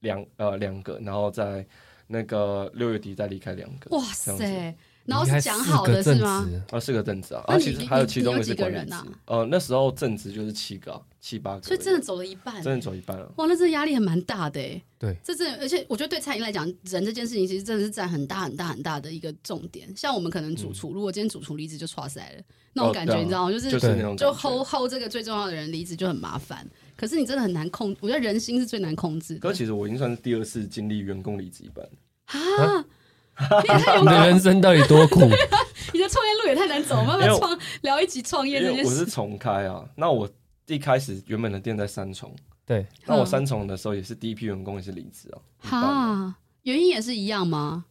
[SPEAKER 3] 两呃两个，然后在那个六月底再离开两个，
[SPEAKER 1] 哇
[SPEAKER 3] 这样子
[SPEAKER 1] 塞！然后
[SPEAKER 2] 你还
[SPEAKER 1] 是讲好的
[SPEAKER 2] 四
[SPEAKER 1] 是
[SPEAKER 2] 个
[SPEAKER 1] 吗
[SPEAKER 2] 正？职
[SPEAKER 3] 啊，四个正职啊，
[SPEAKER 1] 那
[SPEAKER 3] 啊，
[SPEAKER 1] 你
[SPEAKER 3] 其实
[SPEAKER 1] 你
[SPEAKER 3] 还有
[SPEAKER 1] 你
[SPEAKER 3] 其
[SPEAKER 1] 你
[SPEAKER 3] 中
[SPEAKER 1] 有
[SPEAKER 3] 一个
[SPEAKER 1] 几
[SPEAKER 3] 是
[SPEAKER 1] 个
[SPEAKER 3] 管理
[SPEAKER 1] 人
[SPEAKER 3] 职
[SPEAKER 1] 啊，
[SPEAKER 3] 呃，那时候正职就是七个啊，七八个而已，
[SPEAKER 1] 所以真的走了一半，欸
[SPEAKER 3] 真的走一半啊了。
[SPEAKER 1] 哇，那这压力还蛮大的哎。
[SPEAKER 2] 对，
[SPEAKER 1] 这真的，而且我觉得对餐饮来讲，人这件事情其实真的是占很大很大很大的一个重点。像我们可能主厨，如果今天主厨离职就垮塞了，那种
[SPEAKER 3] 嗯哦
[SPEAKER 1] 感
[SPEAKER 3] 对
[SPEAKER 1] 觉
[SPEAKER 3] 啊
[SPEAKER 1] 你知道吗？就
[SPEAKER 3] 就是是那种
[SPEAKER 1] 就
[SPEAKER 3] 感觉
[SPEAKER 1] hold hold 这个最重要的人离职就很麻烦。可是你真的很难控，我觉得人心是最难控制的
[SPEAKER 3] 可是其实我已经算是第二次经历员工离职一半，
[SPEAKER 1] 啊！你也太勇
[SPEAKER 2] 你的
[SPEAKER 1] 敢，
[SPEAKER 2] 人生到底 多苦？
[SPEAKER 1] 你的创业路也太难走。我们要不
[SPEAKER 3] 因为
[SPEAKER 1] 要
[SPEAKER 3] 我
[SPEAKER 1] 创聊一集创业
[SPEAKER 3] 因
[SPEAKER 1] 这
[SPEAKER 3] 为
[SPEAKER 1] 件
[SPEAKER 3] 我是
[SPEAKER 1] 事？
[SPEAKER 3] 重开啊。那我一开始原本的店在三重，
[SPEAKER 2] 对，
[SPEAKER 3] 那我
[SPEAKER 1] 嗯
[SPEAKER 3] 三重的时候也是第一批员工也是离职啊，一半啊
[SPEAKER 1] 哈，原因也是一样吗？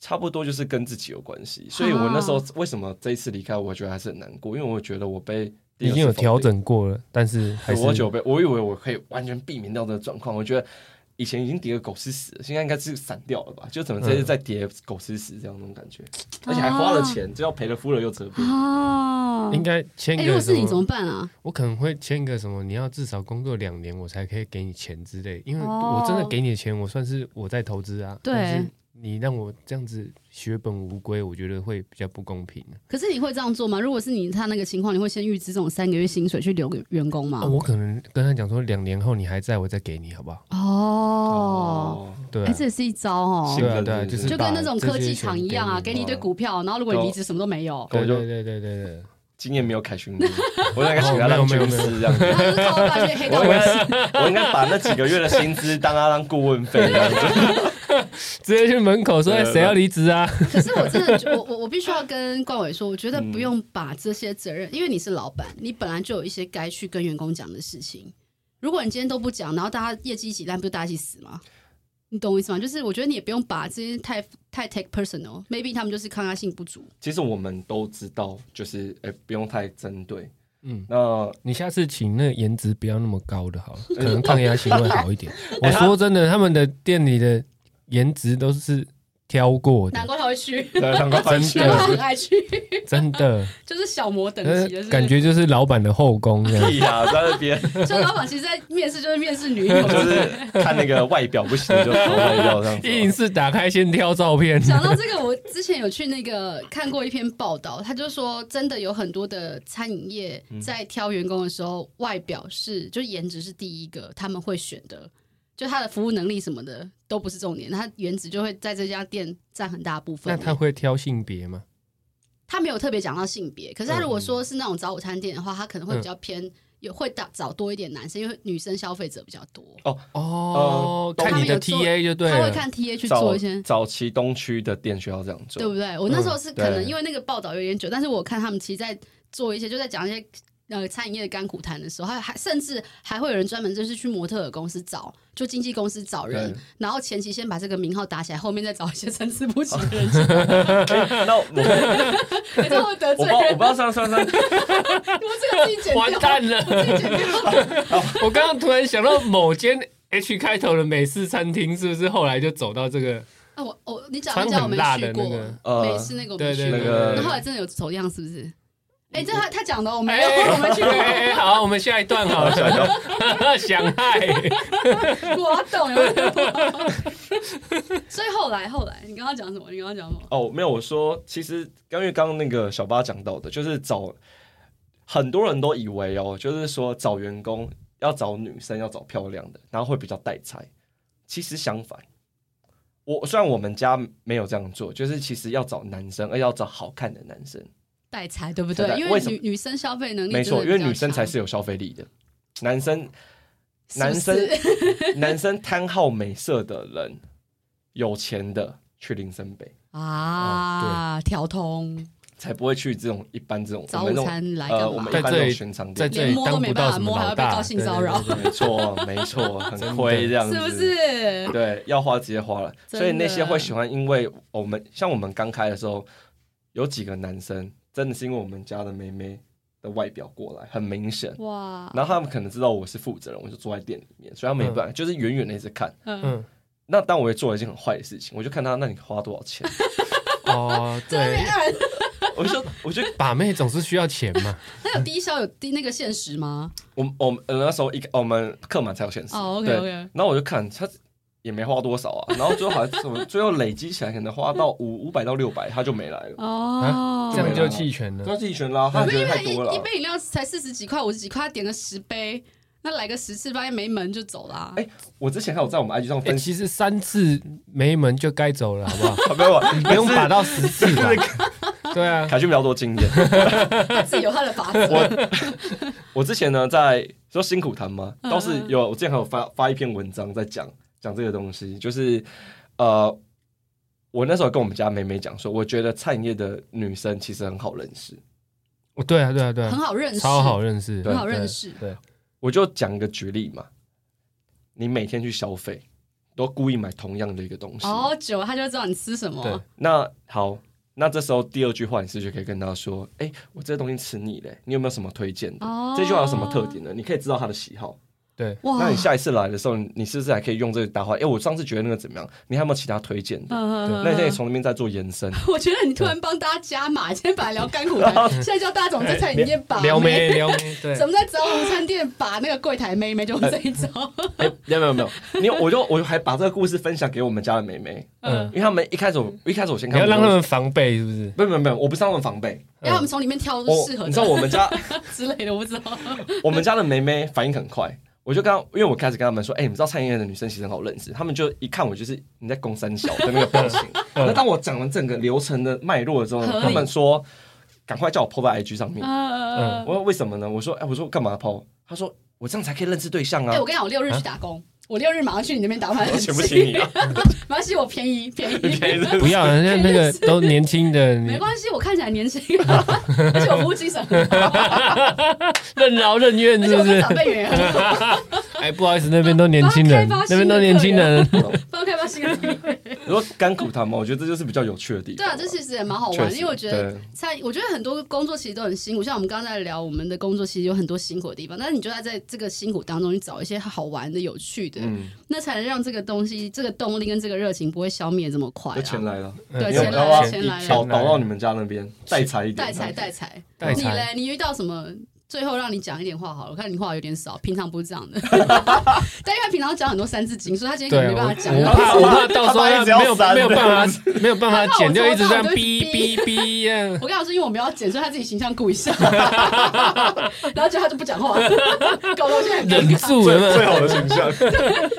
[SPEAKER 3] 差不多就是跟自己有关系。所以我那时候为什么这一次离开，我觉得还是很难过，因为我觉得我被第二
[SPEAKER 2] 已
[SPEAKER 3] 次
[SPEAKER 2] 经有
[SPEAKER 3] 否定
[SPEAKER 2] 调整过了，但是还是
[SPEAKER 3] 我久被，我以为我可以完全避免掉这个状况，我觉得以前已经跌个狗吃屎了，现在应该是散掉了吧？就怎么这次再跌狗吃屎这样那种感觉，而且还花了钱，就要赔了夫人又折兵。
[SPEAKER 1] 啊，
[SPEAKER 2] 应该签
[SPEAKER 1] 哎，如
[SPEAKER 2] 个
[SPEAKER 1] 果
[SPEAKER 2] 什
[SPEAKER 1] 是你怎
[SPEAKER 2] 么？
[SPEAKER 1] 么办啊？
[SPEAKER 2] 我可能会签个什么？你要至少工作两年，我才可以给你钱之类。因为
[SPEAKER 1] 哦
[SPEAKER 2] 我真的给你的钱，我算是我在投资啊。
[SPEAKER 1] 对
[SPEAKER 2] 但是你让我这样子血本无归，我觉得会比较不公平。
[SPEAKER 1] 可是你会这样做吗？如果是你他那个情况，你会先预支这种三个月薪水去留给员工吗？
[SPEAKER 2] 啊，我可能跟他讲说，两年后你还在我再给你，好不好？
[SPEAKER 1] 哦，，
[SPEAKER 2] 对
[SPEAKER 1] 哎、
[SPEAKER 2] 啊，
[SPEAKER 1] 这也是一招哦
[SPEAKER 3] 是，
[SPEAKER 2] 对啊，对啊，
[SPEAKER 3] 就是
[SPEAKER 2] 是
[SPEAKER 1] 就跟那种科技厂一样啊，
[SPEAKER 2] 把这
[SPEAKER 1] 给
[SPEAKER 2] 些钱
[SPEAKER 1] 你一堆股票，然后如果你离职什么都没有，
[SPEAKER 2] 对
[SPEAKER 3] 我就
[SPEAKER 2] 对对对对对，
[SPEAKER 3] 今年没有凯旋哥，我应该请他
[SPEAKER 2] 哦
[SPEAKER 3] 当
[SPEAKER 2] 没有
[SPEAKER 3] 军
[SPEAKER 2] 没有
[SPEAKER 3] 师这样子。
[SPEAKER 1] 然后就是掏大些黑道
[SPEAKER 3] 我应
[SPEAKER 1] 公司
[SPEAKER 3] 该，我应该把那几个月的薪资当他当顾问费这样子。
[SPEAKER 2] 直接去门口说
[SPEAKER 3] 对
[SPEAKER 2] 哎谁要离职啊？
[SPEAKER 1] 可是我真的觉，我我我必须要跟冠伟说，我觉得
[SPEAKER 2] 嗯
[SPEAKER 1] 不用把这些责任，因为你是老板，你本来就有一些该去跟员工讲的事情。如果你今天都不讲，然后大家业绩一起烂，不就大家一起死吗？你懂我意思吗？就是我觉得你也不用把这些太太 take personal，maybe 他们就是抗压性不足。
[SPEAKER 3] 其实我们都知道，就是哎、不用太针对。
[SPEAKER 2] 嗯，
[SPEAKER 3] 那
[SPEAKER 2] 你下次请那个颜值不要那么高的，好了，
[SPEAKER 1] 啊
[SPEAKER 3] 嗯
[SPEAKER 2] 可能抗压性会 好一点。我
[SPEAKER 3] 哎他
[SPEAKER 2] 说真的，他们的店里的颜值都是挑过
[SPEAKER 1] 难
[SPEAKER 2] 的，
[SPEAKER 1] 怪他会去，
[SPEAKER 3] 对两个环
[SPEAKER 2] 对
[SPEAKER 1] 难怪他
[SPEAKER 3] 节
[SPEAKER 1] 很爱去，
[SPEAKER 2] 真的，
[SPEAKER 1] 就是小模等
[SPEAKER 2] 呃
[SPEAKER 1] 级的，
[SPEAKER 2] 感觉就是老板的后宫这样。
[SPEAKER 3] 屁呀，在 那边
[SPEAKER 1] 就老板其实在面试就是面试女友，
[SPEAKER 3] 就是看那个外表不行就淘汰掉这 样子。
[SPEAKER 2] 硬是打开先挑照片，
[SPEAKER 1] 讲到这个，我之前有去那个看过一篇报道，他就说，真的有很多的餐饮业
[SPEAKER 2] 嗯
[SPEAKER 1] 在挑员工的时候，外表是就颜值是第一个他们会选的，就他的服务能力什么的都不是重点，他颜值就会在这家店占很大部分
[SPEAKER 2] 那。他会挑性别吗？
[SPEAKER 1] 他没有特别讲到性别，可是他
[SPEAKER 2] 嗯
[SPEAKER 1] 如果说是那种早午餐店的话，他可能会比较偏。也会打找多一点男生，因为女生消费者比较多，
[SPEAKER 2] 哦，
[SPEAKER 3] 呃
[SPEAKER 2] 看你的
[SPEAKER 1] 他们有做
[SPEAKER 2] TA 就对
[SPEAKER 1] 他会
[SPEAKER 2] 了。
[SPEAKER 1] 看 TA 去
[SPEAKER 3] 早
[SPEAKER 1] 做一些
[SPEAKER 3] 早期东区的店需要这样
[SPEAKER 1] 对
[SPEAKER 3] 做，
[SPEAKER 1] 不对？我那时候是可能
[SPEAKER 3] 嗯对
[SPEAKER 1] 因为那个报道有点久，但是我看他们其实在做一些，就在讲一些呃餐饮业的甘苦谈的时候，还还甚至还会有人专门就是去模特儿公司找，就经纪公司找人
[SPEAKER 3] 对，
[SPEAKER 1] 然后前期先把这个名号打起来，后面再找一些参差不齐的人 进来，
[SPEAKER 3] 哎那我
[SPEAKER 1] 这样会得
[SPEAKER 3] 我不
[SPEAKER 1] 罪
[SPEAKER 3] 知道，我
[SPEAKER 1] 人
[SPEAKER 3] 不知。道上上上，
[SPEAKER 1] 我这个自己剪
[SPEAKER 2] 完
[SPEAKER 1] 掉，
[SPEAKER 2] 蛋了！
[SPEAKER 1] 自己剪掉。
[SPEAKER 2] 我刚刚突然想到某间 H 开头的美式餐厅，是不是后来就走到这个？
[SPEAKER 1] 啊，我我你讲一家
[SPEAKER 2] 穿
[SPEAKER 1] 我
[SPEAKER 2] 很
[SPEAKER 1] 没
[SPEAKER 2] 辣
[SPEAKER 1] 去
[SPEAKER 2] 的
[SPEAKER 1] 过
[SPEAKER 2] 那个，
[SPEAKER 3] 呃
[SPEAKER 1] 没事那个我没
[SPEAKER 2] 对
[SPEAKER 1] 去
[SPEAKER 2] 对
[SPEAKER 1] 过
[SPEAKER 2] 对，
[SPEAKER 3] 那个
[SPEAKER 1] 那
[SPEAKER 2] 对
[SPEAKER 1] 后来真的有走样是不是？哎，这
[SPEAKER 3] 嗯
[SPEAKER 1] 他他讲的，我 没
[SPEAKER 2] 哎
[SPEAKER 1] 有，我没去过。
[SPEAKER 2] 哎哎好，我们下一段好 了， 想害。
[SPEAKER 1] 我懂，有懂。所以后来后来，你刚刚讲什么？你刚刚讲什么？
[SPEAKER 3] 哦，没有，我说其实刚因为刚刚那个小八讲到的，就是找很多人都以为哦，就是说找员工要找女生要找漂亮的，然后会比较带财。其实相反，我虽然我们家没有这样做，就是其实要找男生，而要找好看的男生。
[SPEAKER 1] 代财对不对
[SPEAKER 3] 代？财
[SPEAKER 1] 因
[SPEAKER 3] 为什
[SPEAKER 1] 女
[SPEAKER 3] 么
[SPEAKER 1] 女生消费能力
[SPEAKER 3] 没错，
[SPEAKER 1] 真
[SPEAKER 3] 因
[SPEAKER 1] 的
[SPEAKER 3] 为
[SPEAKER 1] 比较
[SPEAKER 3] 女生才
[SPEAKER 1] 强
[SPEAKER 3] 是有消费力的，男生
[SPEAKER 1] 是不
[SPEAKER 3] 男生
[SPEAKER 1] 是
[SPEAKER 3] 男生贪好美色的人，有钱的去林森北，
[SPEAKER 1] 啊，调通
[SPEAKER 3] 才不会去这种一般这种
[SPEAKER 1] 早
[SPEAKER 3] 哦我们
[SPEAKER 1] 午
[SPEAKER 3] 那种
[SPEAKER 1] 餐来
[SPEAKER 3] 呃
[SPEAKER 1] 干
[SPEAKER 3] 我
[SPEAKER 1] 嘛
[SPEAKER 3] 们一？般
[SPEAKER 2] 在这
[SPEAKER 3] 这种
[SPEAKER 2] 里
[SPEAKER 3] 寻常
[SPEAKER 2] 在
[SPEAKER 3] 店。
[SPEAKER 2] 这里当不到什么老
[SPEAKER 1] 连摸都没办法摸
[SPEAKER 2] 大，
[SPEAKER 1] 还要被告性骚扰
[SPEAKER 2] 对对对对
[SPEAKER 3] 没错， 没错，很亏这样子，
[SPEAKER 1] 是不？是？
[SPEAKER 3] 对，要花直接花了。
[SPEAKER 1] 真的
[SPEAKER 3] 所以那些会喜欢，因为我们像我们刚开的时候，有几个男生真的是因为我们家的妹妹的外表过来，很明显。
[SPEAKER 1] 哇，
[SPEAKER 3] 然后他们可能知道我是负责人，我就坐在店里面，所以他们也不敢，就是远远的一直看。
[SPEAKER 1] 嗯，
[SPEAKER 2] 嗯，
[SPEAKER 3] 那但我也做了一件很坏的事情，我就看他，那你花多少钱？
[SPEAKER 2] 哦，对，
[SPEAKER 3] 我就我就
[SPEAKER 2] 把妹总是需要钱嘛。
[SPEAKER 1] 那有低消有低那个限时吗？
[SPEAKER 3] 哦我我们呃那时候一个我们课满才有限时，
[SPEAKER 1] 哦，OK
[SPEAKER 3] 对
[SPEAKER 1] OK，
[SPEAKER 3] 然后我就看他，也没花多少啊，然后最后好像什么，最后累积起来可能花到五五百到六百，他就没来了，
[SPEAKER 1] 哦，
[SPEAKER 2] 这样就弃权了。
[SPEAKER 3] 那自己选啦，他
[SPEAKER 1] 不是
[SPEAKER 3] 觉
[SPEAKER 1] 因
[SPEAKER 3] 得
[SPEAKER 1] 为
[SPEAKER 3] 太
[SPEAKER 1] 一
[SPEAKER 3] 多了
[SPEAKER 1] 一
[SPEAKER 3] 啊。
[SPEAKER 1] 杯饮料才四十几块、五十几块，他点个十杯，那来个十次发现没门就走啊啦。
[SPEAKER 3] 哎我之前还有在我们 IG 上
[SPEAKER 2] 哎、
[SPEAKER 3] 分析，
[SPEAKER 2] 其实三次没门就该走了，好不好？
[SPEAKER 3] 没有啊，
[SPEAKER 2] 你不用打到十次吧
[SPEAKER 3] 是？
[SPEAKER 2] 对啊，
[SPEAKER 3] 凯俊比较多经验。
[SPEAKER 1] 他自己有他的法子。
[SPEAKER 3] 我我之前呢，在说辛苦谈嘛，倒是有，我之前还有发发一篇文章在讲讲这个东西，就是呃，我那时候跟我们家妹妹讲说，我觉得餐饮业的女生其实很好认识，
[SPEAKER 2] 哦对啊，对啊，对
[SPEAKER 1] 很
[SPEAKER 2] 啊，
[SPEAKER 1] 好认识，
[SPEAKER 2] 超好认识，
[SPEAKER 1] 很好认
[SPEAKER 2] 对
[SPEAKER 1] 识
[SPEAKER 2] 对，
[SPEAKER 3] 我就讲一个举例嘛，你每天去消费，都故意买同样的一个东西，
[SPEAKER 1] 哦，久了他就知道你吃什
[SPEAKER 2] 对
[SPEAKER 1] 么。
[SPEAKER 3] 那好。那这时候第二句话，你是不是就可以跟她说：“哎、我这东西吃腻了，你有没有什么推荐的？
[SPEAKER 1] 哦
[SPEAKER 3] 这句话有什么特点呢？你可以知道她的喜好。
[SPEAKER 2] 对，
[SPEAKER 1] 哇
[SPEAKER 3] 那你下一次来的时候，你你是不是还可以用这个搭话？哎、我上次觉得那个怎么样？你还有没有其他推荐的？
[SPEAKER 1] 呃
[SPEAKER 3] 那你可以从那边再做延伸。
[SPEAKER 1] 我觉得你突然帮大家加码，今天本来聊干苦 谈，现在叫大家怎么在餐饮店把
[SPEAKER 2] 哎撩
[SPEAKER 1] 妹，
[SPEAKER 2] 妹撩妹， 对
[SPEAKER 1] 怎，么在早午餐店把那个柜台妹妹，就这一 招。嗯
[SPEAKER 3] 哎、没有没有没有，你我就我就还把这个故事分享给我们家的妹妹，
[SPEAKER 2] 嗯
[SPEAKER 3] 因，为他们一开始我一开始我先
[SPEAKER 2] 你
[SPEAKER 3] 看
[SPEAKER 2] 要
[SPEAKER 3] 我
[SPEAKER 2] 让他们防备，是不是？
[SPEAKER 3] 没有没有没有，我不是让他们防备。
[SPEAKER 1] 哎让他们从里面挑
[SPEAKER 3] 我
[SPEAKER 1] 适合
[SPEAKER 3] 你知道
[SPEAKER 1] 的
[SPEAKER 3] 我们家
[SPEAKER 1] 之类的，我不知 道。
[SPEAKER 3] 我们家的妹妹反应很快，我就跟她因为我开始跟他们说，哎、你们知道餐饮业的女生其实很好认识，他们就一看我就是你在攻三小的那个表 情。那当我讲了整个流程的脉络之后呢，
[SPEAKER 1] 合理
[SPEAKER 3] 他们说赶快叫我 PO 在 IG 上面。
[SPEAKER 1] 呃，
[SPEAKER 3] 我说为什么呢？我说，哎、我说干嘛抛？他说我这样才可以认识对象啊
[SPEAKER 1] 哎，我。跟你讲，我六日去打工，我六日马上去你那边打 扮，
[SPEAKER 3] 请不起你啊！
[SPEAKER 1] 没关系，我便宜 便宜。
[SPEAKER 2] 嗯不要，人家那个 都年轻的，你
[SPEAKER 1] 没关系，我看起来年轻，啊 而且我服务精神很好，
[SPEAKER 2] 任劳任怨，
[SPEAKER 1] 而且
[SPEAKER 2] 是
[SPEAKER 1] 我
[SPEAKER 2] 不
[SPEAKER 1] 跟
[SPEAKER 2] 是
[SPEAKER 1] 长？辈缘 很好，
[SPEAKER 2] 哎，不好意思，那边都年轻人，
[SPEAKER 1] 帮他开发新的
[SPEAKER 2] 那边都年轻人，
[SPEAKER 1] 帮我开 发新的地方。
[SPEAKER 3] 啊你说甘苦谈嘛，我觉得这就是比较有趣的地
[SPEAKER 1] 对
[SPEAKER 3] 方
[SPEAKER 1] 啊，
[SPEAKER 3] 嘛。
[SPEAKER 1] 这其实也蛮好
[SPEAKER 3] 确
[SPEAKER 1] 玩，
[SPEAKER 3] 实
[SPEAKER 1] 因为我觉得
[SPEAKER 3] 对
[SPEAKER 1] 在，我觉得很多工作其实都很辛苦，像我们刚刚在聊我们的工作，其实有很多辛苦的地方，但是你就要在这个辛苦当中去找一些好玩的、有趣的，
[SPEAKER 3] 嗯，
[SPEAKER 1] 那才能让这个东西、这个动力跟这个热情不会消灭这么快
[SPEAKER 3] 就钱
[SPEAKER 1] 啊。
[SPEAKER 3] 来了，
[SPEAKER 2] 嗯
[SPEAKER 1] 对
[SPEAKER 3] 你有
[SPEAKER 1] 钱
[SPEAKER 3] 要
[SPEAKER 1] 来
[SPEAKER 3] 不
[SPEAKER 2] 啊
[SPEAKER 3] 要
[SPEAKER 1] 了钱来了
[SPEAKER 3] 导导到你们家那边带财一点，
[SPEAKER 1] 带财带财，
[SPEAKER 2] 带
[SPEAKER 1] 你
[SPEAKER 2] 财
[SPEAKER 1] 嘞？你遇到什么？最后让你讲一点话好了，我看你话有点少，平常不是这样 的。但因为他平常讲很多三字经，所以他今天可
[SPEAKER 2] 对
[SPEAKER 1] 能没
[SPEAKER 2] 我
[SPEAKER 1] 办法讲。
[SPEAKER 2] 我怕我怕到时候要
[SPEAKER 3] 他怕一直要
[SPEAKER 2] 没有
[SPEAKER 3] 删
[SPEAKER 2] 没有办 法没有办法
[SPEAKER 1] 他怕
[SPEAKER 2] 剪掉，
[SPEAKER 1] 我
[SPEAKER 2] 一直这样
[SPEAKER 1] 做到
[SPEAKER 2] 哔哔哔 这样。
[SPEAKER 1] 我跟他说，因为我们要剪，所以他自己形象顾一 下，然后结果他就不讲话，搞得我现在很尴
[SPEAKER 2] 忍
[SPEAKER 1] 尬。
[SPEAKER 2] 住了嘛，
[SPEAKER 3] 好的形象。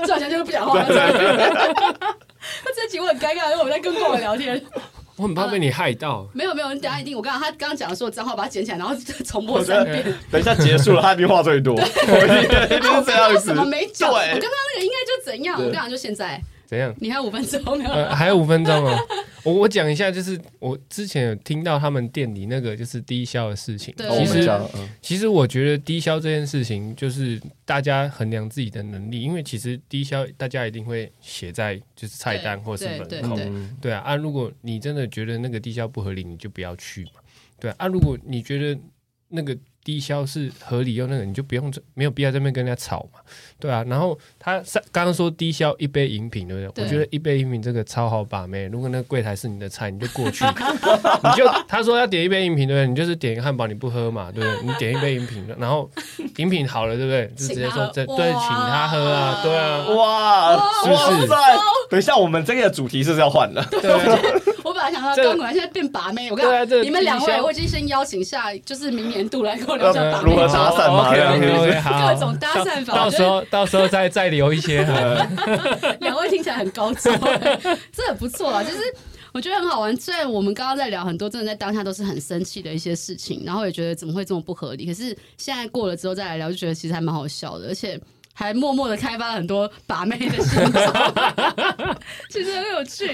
[SPEAKER 1] 这好像就是不讲话。他 这集我很尴尬，因为我在跟跟我聊天。
[SPEAKER 2] 我很怕被你害 到。
[SPEAKER 1] 没有没有，你等一下一定，我刚刚他刚刚讲的所有脏话，把它捡起来，然后 重播三遍。
[SPEAKER 3] 等一下结束了，他一定话最多，我一定是这样
[SPEAKER 1] 为
[SPEAKER 3] 子
[SPEAKER 1] 什么。没讲？我
[SPEAKER 3] 对
[SPEAKER 1] 刚刚那个应该就怎样？我
[SPEAKER 3] 对
[SPEAKER 1] 跟你讲，就现在，
[SPEAKER 2] 怎样？
[SPEAKER 1] 你还有五分钟没有？
[SPEAKER 2] 呃，还有五分钟哦。我我讲一下，就是我之前有听到他们店里那个就是低消的事情。
[SPEAKER 1] 对
[SPEAKER 3] 哦我
[SPEAKER 2] 其
[SPEAKER 3] 们
[SPEAKER 2] 实
[SPEAKER 3] 家，嗯
[SPEAKER 2] 其实我觉得低消这件事情，就是大家衡量自己的能力，因为其实低消大家一定会写在就是菜单或是
[SPEAKER 1] 对
[SPEAKER 2] 门
[SPEAKER 1] 对
[SPEAKER 2] 口。
[SPEAKER 1] 对
[SPEAKER 3] 嗯
[SPEAKER 2] 对啊，啊，如果你真的觉得那个低消不合理，你就不要去嘛。对啊，啊如果你觉得那个低消是合理又那个，你就不用这没有必要在那边跟人家吵嘛。对啊，然后他上刚刚说低消一杯饮品，对不对？
[SPEAKER 1] 对
[SPEAKER 2] 我觉得一杯饮品这个超好把妹。如果那个柜台是你的菜，你就 过去，你就他说要点一杯饮品，对不对？你就是点一个汉堡，你不喝嘛，对不对？你点一杯饮品，然后饮品好了，对不对？就直接说这
[SPEAKER 1] 请他喝
[SPEAKER 2] 对，请他喝啊，对啊，
[SPEAKER 3] 哇，
[SPEAKER 2] 是不是
[SPEAKER 3] 哇塞！等一下，我们这个主题是不是要换了？
[SPEAKER 2] 对啊。
[SPEAKER 1] 我本来想说
[SPEAKER 2] 这个
[SPEAKER 1] 钢管现在变把妹，我跟
[SPEAKER 2] 对啊
[SPEAKER 1] 你
[SPEAKER 2] 这
[SPEAKER 1] 讲，
[SPEAKER 2] 个
[SPEAKER 1] 你们两
[SPEAKER 2] 低
[SPEAKER 1] 位
[SPEAKER 2] 消
[SPEAKER 1] 我已经先邀请下，就是明年度来跟我聊一下把妹。
[SPEAKER 3] 呃如何搭讪嘛
[SPEAKER 2] ？OK
[SPEAKER 3] 对
[SPEAKER 2] OK
[SPEAKER 3] 不
[SPEAKER 2] OK，
[SPEAKER 3] 对
[SPEAKER 2] 好，
[SPEAKER 1] 各种搭讪法
[SPEAKER 2] 到
[SPEAKER 1] 就是
[SPEAKER 2] 时候到时候再再留一 些呃哈。
[SPEAKER 1] 两位听起来很高超、这很不错啊，就是。我觉得很好玩，虽然我们刚刚在聊很多，真的在当下都是很生气的一些事情，然后也觉得怎么会这么不合理。可是现在过了之后再来聊，就觉得其实还蛮好笑的，而且还默默的开发了很多把妹的新招， 其实很有趣。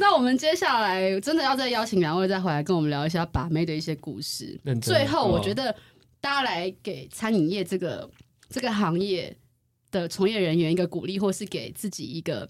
[SPEAKER 1] 那我们接下来真的要再邀请两位再回来跟我们聊一下把妹的一些故事。
[SPEAKER 2] 认真
[SPEAKER 1] 最后，
[SPEAKER 3] 哦
[SPEAKER 1] 我觉得大家来给餐饮业这个这个行业的从业人员一个鼓励，或是给自己一个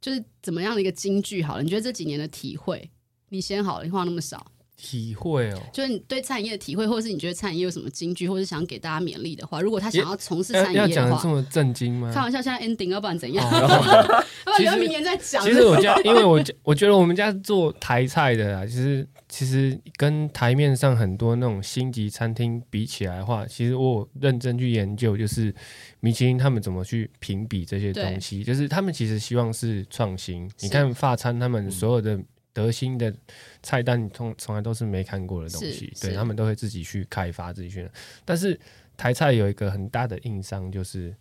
[SPEAKER 1] 就是怎么样的一个金句好了？你觉得这几年的体会，你先好了，你话那么少，
[SPEAKER 2] 体会哦。
[SPEAKER 1] 就是你对餐饮业的体会，或者是你觉得餐饮业有什么金句，或者想给大家勉励的话，如果他想要从事
[SPEAKER 2] 要
[SPEAKER 1] 餐饮
[SPEAKER 2] 哎要
[SPEAKER 1] 业
[SPEAKER 2] 讲
[SPEAKER 1] 的
[SPEAKER 2] 的这
[SPEAKER 1] 话，
[SPEAKER 2] 么震惊吗？
[SPEAKER 1] 开玩笑，现在 ending，要不然怎样？
[SPEAKER 2] 哦
[SPEAKER 1] 要不然留
[SPEAKER 2] 其实
[SPEAKER 1] 明年再讲。
[SPEAKER 2] 其实我家，因为我家我觉得我们家是做台菜的啊啦，其实其实跟台面上很多那种星级餐厅比起来的话，其实我有认真去研究，就是米其林他们怎么去评比这些东西，就是他们其实希望是创新。
[SPEAKER 1] 是
[SPEAKER 2] 你看法餐，他们所有的德兴的菜单，你从从来都是没看过的东西，
[SPEAKER 1] 是
[SPEAKER 2] 对
[SPEAKER 1] 是
[SPEAKER 2] 他们都会自己去开发、自己去。但是台菜有一个很大的硬伤，就是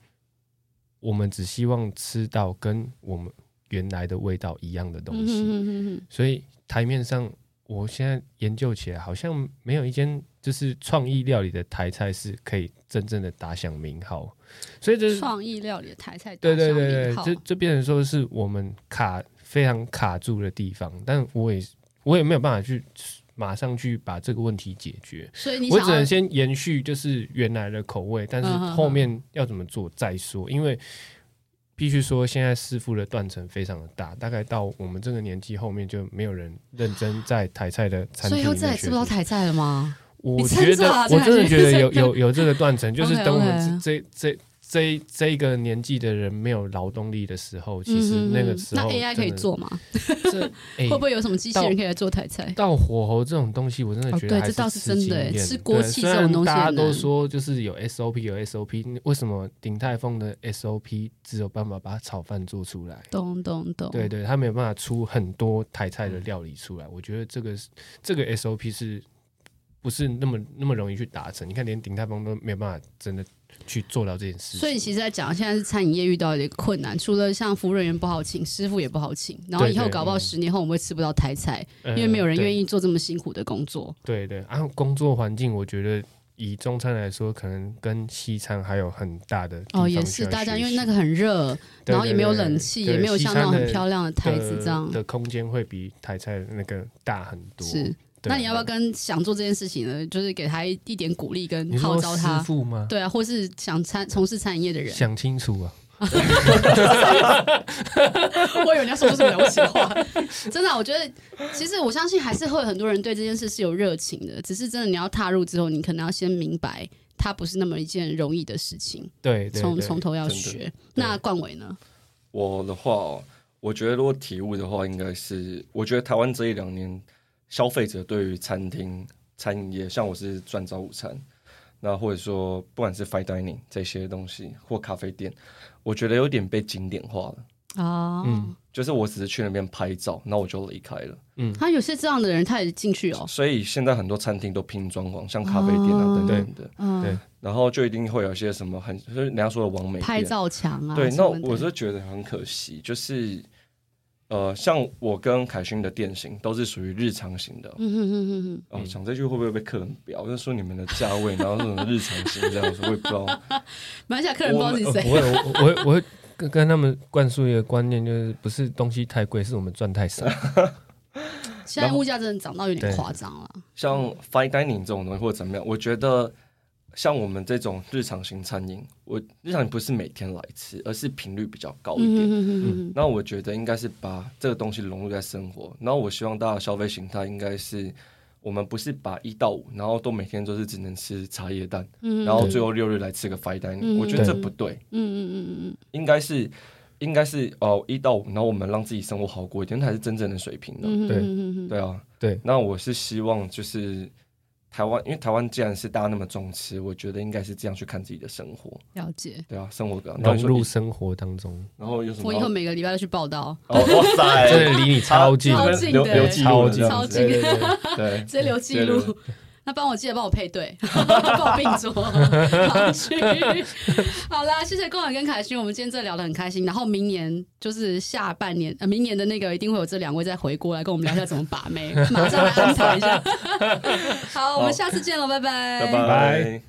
[SPEAKER 2] 我们只希望吃到跟我们原来的味道一样的东
[SPEAKER 1] 嗯
[SPEAKER 2] 西，
[SPEAKER 1] 哼哼哼哼
[SPEAKER 2] 所以台面上我现在研究起来，好像没有一间就是创意料理的台菜是可以真正的打响名号，所以这是
[SPEAKER 1] 创意料理的台菜打
[SPEAKER 2] 对
[SPEAKER 1] 响
[SPEAKER 2] 对
[SPEAKER 1] 名号，
[SPEAKER 2] 对对，这这变成说是我们卡非常卡住的地方，但我也我也没有办法去马上去把这个问题解决，
[SPEAKER 1] 所以你
[SPEAKER 2] 我
[SPEAKER 1] 想
[SPEAKER 2] 只能
[SPEAKER 1] 要
[SPEAKER 2] 先延续就是原来的口味，但是
[SPEAKER 1] 嗯嗯嗯
[SPEAKER 2] 后面要怎么做再说，因为必须说现在师傅的断层非常的大，大概到我们这个年纪后面就没有人认真在台菜的餐
[SPEAKER 1] 所以
[SPEAKER 2] 厅里
[SPEAKER 1] 以后
[SPEAKER 2] 面
[SPEAKER 1] 再也吃
[SPEAKER 2] 学
[SPEAKER 1] 不到
[SPEAKER 2] 习
[SPEAKER 1] 台菜了吗？
[SPEAKER 2] 我
[SPEAKER 1] 你
[SPEAKER 2] 觉
[SPEAKER 1] 撑
[SPEAKER 2] 得
[SPEAKER 1] 着啊
[SPEAKER 2] 我真
[SPEAKER 1] 这
[SPEAKER 2] 的觉
[SPEAKER 1] 个
[SPEAKER 2] 得有
[SPEAKER 1] 真的
[SPEAKER 2] 有有这个断层，就是
[SPEAKER 1] OK，
[SPEAKER 2] 等我
[SPEAKER 1] OK
[SPEAKER 2] 们这这这这这一个年纪的人没有劳动力的时候，其实
[SPEAKER 1] 嗯哼
[SPEAKER 2] 那个
[SPEAKER 1] 哼
[SPEAKER 2] 时候
[SPEAKER 1] 那 AI 可以
[SPEAKER 2] 真的
[SPEAKER 1] 做吗？
[SPEAKER 2] 这
[SPEAKER 1] 会
[SPEAKER 2] 哎
[SPEAKER 1] 不会有什么机器
[SPEAKER 2] 到
[SPEAKER 1] 人可以来做台菜？
[SPEAKER 2] 到火候这种东西，我真的觉
[SPEAKER 1] 哦对
[SPEAKER 2] 得还
[SPEAKER 1] 这倒
[SPEAKER 2] 是
[SPEAKER 1] 是
[SPEAKER 2] 吃经
[SPEAKER 1] 真的
[SPEAKER 2] 验
[SPEAKER 1] 欸
[SPEAKER 2] 对
[SPEAKER 1] 吃锅气
[SPEAKER 2] 虽然
[SPEAKER 1] 这种东西
[SPEAKER 2] 大家
[SPEAKER 1] 很
[SPEAKER 2] 都
[SPEAKER 1] 难
[SPEAKER 2] 说就是有 SOP 有 SOP，为什么鼎泰丰的 SOP 只有办法把炒饭做出来？
[SPEAKER 1] 懂懂懂，
[SPEAKER 2] 对对，他没有办法出很多台菜的料理出来。我觉得这个是这个 SOP 是不是那么那么容易去达成？你看，连鼎泰丰都没有办法真的去做到这件事情。
[SPEAKER 1] 所以其实在讲，现在是餐饮业遇到的一个困难，除了像服务人员不好请，师傅也不好请，然后
[SPEAKER 2] 对
[SPEAKER 1] 以后
[SPEAKER 2] 对
[SPEAKER 1] 搞不好
[SPEAKER 2] 嗯
[SPEAKER 1] 十年后我们会吃不到台菜，
[SPEAKER 2] 呃，
[SPEAKER 1] 因为没有人
[SPEAKER 2] 对
[SPEAKER 1] 愿意做这么辛苦的工作。
[SPEAKER 2] 对对，然、后工作环境，我觉得以中餐来说，可能跟西餐还有很大的地
[SPEAKER 1] 哦，
[SPEAKER 2] 方
[SPEAKER 1] 也
[SPEAKER 2] 需
[SPEAKER 1] 是，
[SPEAKER 2] 要
[SPEAKER 1] 大家
[SPEAKER 2] 学
[SPEAKER 1] 因为
[SPEAKER 2] 习
[SPEAKER 1] 那个很热，
[SPEAKER 2] 对
[SPEAKER 1] 然后也
[SPEAKER 2] 对
[SPEAKER 1] 没有
[SPEAKER 2] 对
[SPEAKER 1] 冷气，
[SPEAKER 2] 对
[SPEAKER 1] 也没有
[SPEAKER 2] 西
[SPEAKER 1] 像
[SPEAKER 2] 餐
[SPEAKER 1] 那种很
[SPEAKER 2] 的
[SPEAKER 1] 漂亮的台子
[SPEAKER 2] 的
[SPEAKER 1] 这样。
[SPEAKER 2] 的空间会比台菜那个大很多。
[SPEAKER 1] 是，
[SPEAKER 2] 对
[SPEAKER 1] 那你要不要跟想做这件事情的，就是给他一一点鼓励跟
[SPEAKER 2] 你
[SPEAKER 1] 号
[SPEAKER 2] 说
[SPEAKER 1] 召
[SPEAKER 2] 师
[SPEAKER 1] 他？
[SPEAKER 2] 傅吗？
[SPEAKER 1] 对啊，或是想餐从事餐饮业的人，
[SPEAKER 2] 想清楚啊！
[SPEAKER 1] 我以为你要说出什么了不起的话。真的啊、我觉得其实我相信还是会有很多人对这件事是有热情的，只是真的你要踏入之后，你可能要先明白它不是那么一件容易的事情，
[SPEAKER 2] 对对
[SPEAKER 1] 从
[SPEAKER 2] 对
[SPEAKER 1] 从头要
[SPEAKER 3] 真的
[SPEAKER 1] 学。那冠伟呢？
[SPEAKER 3] 我的话哦，我觉得如果体悟的话，应该是我觉得台湾这一两年消费者对于餐厅、餐饮业，像我是赚早午餐，那或者说不管是 fine dining 这些东西或咖啡店，我觉得有点被景点化了。
[SPEAKER 1] 哦，
[SPEAKER 2] 嗯
[SPEAKER 3] 就是我只是去那边拍照，那我就离开了。
[SPEAKER 1] 他有些这样的人，他也进去哦。
[SPEAKER 3] 所以现在很多餐厅都拼装潢，像咖啡店啊
[SPEAKER 1] 哦
[SPEAKER 3] 等等的，
[SPEAKER 1] 嗯，
[SPEAKER 2] 对
[SPEAKER 3] 然后就一定会有一些什么很就是人家说的完美
[SPEAKER 1] 拍
[SPEAKER 3] 店
[SPEAKER 1] 照墙啊什么
[SPEAKER 3] 对
[SPEAKER 1] 的，，
[SPEAKER 3] 那我是觉得很可惜，就是呃，像我跟凯勋的店型都是属于日常型的。
[SPEAKER 1] 嗯哼哼哼哼，
[SPEAKER 3] 哦，讲这句会不会被客人表？就是说你们的价位，然后这种日常型这样子，我也 不知道。
[SPEAKER 1] 马来西亚客人不知道你是
[SPEAKER 2] 我
[SPEAKER 1] 谁，
[SPEAKER 2] 会我我会我会跟跟他们灌输一个观念，就是不是东西太贵，是我们赚 太少。
[SPEAKER 1] 现在物价真的涨到有点
[SPEAKER 2] 对
[SPEAKER 1] 夸张了。
[SPEAKER 3] 像 fine dining 这种东西或者怎么样，我觉得像我们这种日常型餐饮，我日常不是每天来吃，而是频率比较高一
[SPEAKER 1] 嗯
[SPEAKER 3] 点
[SPEAKER 1] 哼。哼哼哼
[SPEAKER 3] 那我觉得应该是把这个东西融入在生活。然后我希望大家的消费形态应该是，我们不是把一到五，然后都每天都是只能吃茶叶蛋，
[SPEAKER 1] 嗯，
[SPEAKER 3] 然后
[SPEAKER 1] 嗯
[SPEAKER 3] 最后六日来吃个 fine dining、
[SPEAKER 1] 嗯
[SPEAKER 3] 我觉得这不对，
[SPEAKER 1] 嗯嗯嗯嗯
[SPEAKER 3] 应该是应该是哦一到五，然后我们让自己生活好过一点，那才是真正的水平呢。啊
[SPEAKER 1] 嗯嗯，
[SPEAKER 2] 对
[SPEAKER 1] 嗯嗯嗯
[SPEAKER 3] 对啊，
[SPEAKER 2] 对。
[SPEAKER 3] 那我是希望就是。台湾，因为台湾既然是大家那么重吃，我觉得应该是这样去看自己的生活，
[SPEAKER 1] 了解。
[SPEAKER 3] 对啊，生活感。然后
[SPEAKER 2] 融
[SPEAKER 3] 你说
[SPEAKER 2] 入
[SPEAKER 3] 一，
[SPEAKER 2] 生活当中，
[SPEAKER 3] 然后有什么？
[SPEAKER 1] 我以后每个礼拜都去报道，
[SPEAKER 3] 哦，哇塞，
[SPEAKER 2] 真的离你超近，
[SPEAKER 1] 哎超
[SPEAKER 3] 留
[SPEAKER 1] 近
[SPEAKER 3] 留
[SPEAKER 1] 的
[SPEAKER 3] 留记录
[SPEAKER 2] 超
[SPEAKER 3] 了这样
[SPEAKER 1] 超
[SPEAKER 3] 子
[SPEAKER 1] 近
[SPEAKER 2] 对对 对
[SPEAKER 3] 对
[SPEAKER 1] 直接留记
[SPEAKER 3] 对对
[SPEAKER 1] 录。 那帮我记得帮我配对， 帮我并桌，好去。好啦，谢谢公伟跟凯勋，我们今天这聊得很开心。然后明年就是下半年，呃，明年的那个一定会有这两位再回过来跟我们聊一下怎么 把妹，马上来安排一下。好，我们下次见了，拜拜，
[SPEAKER 3] 拜拜。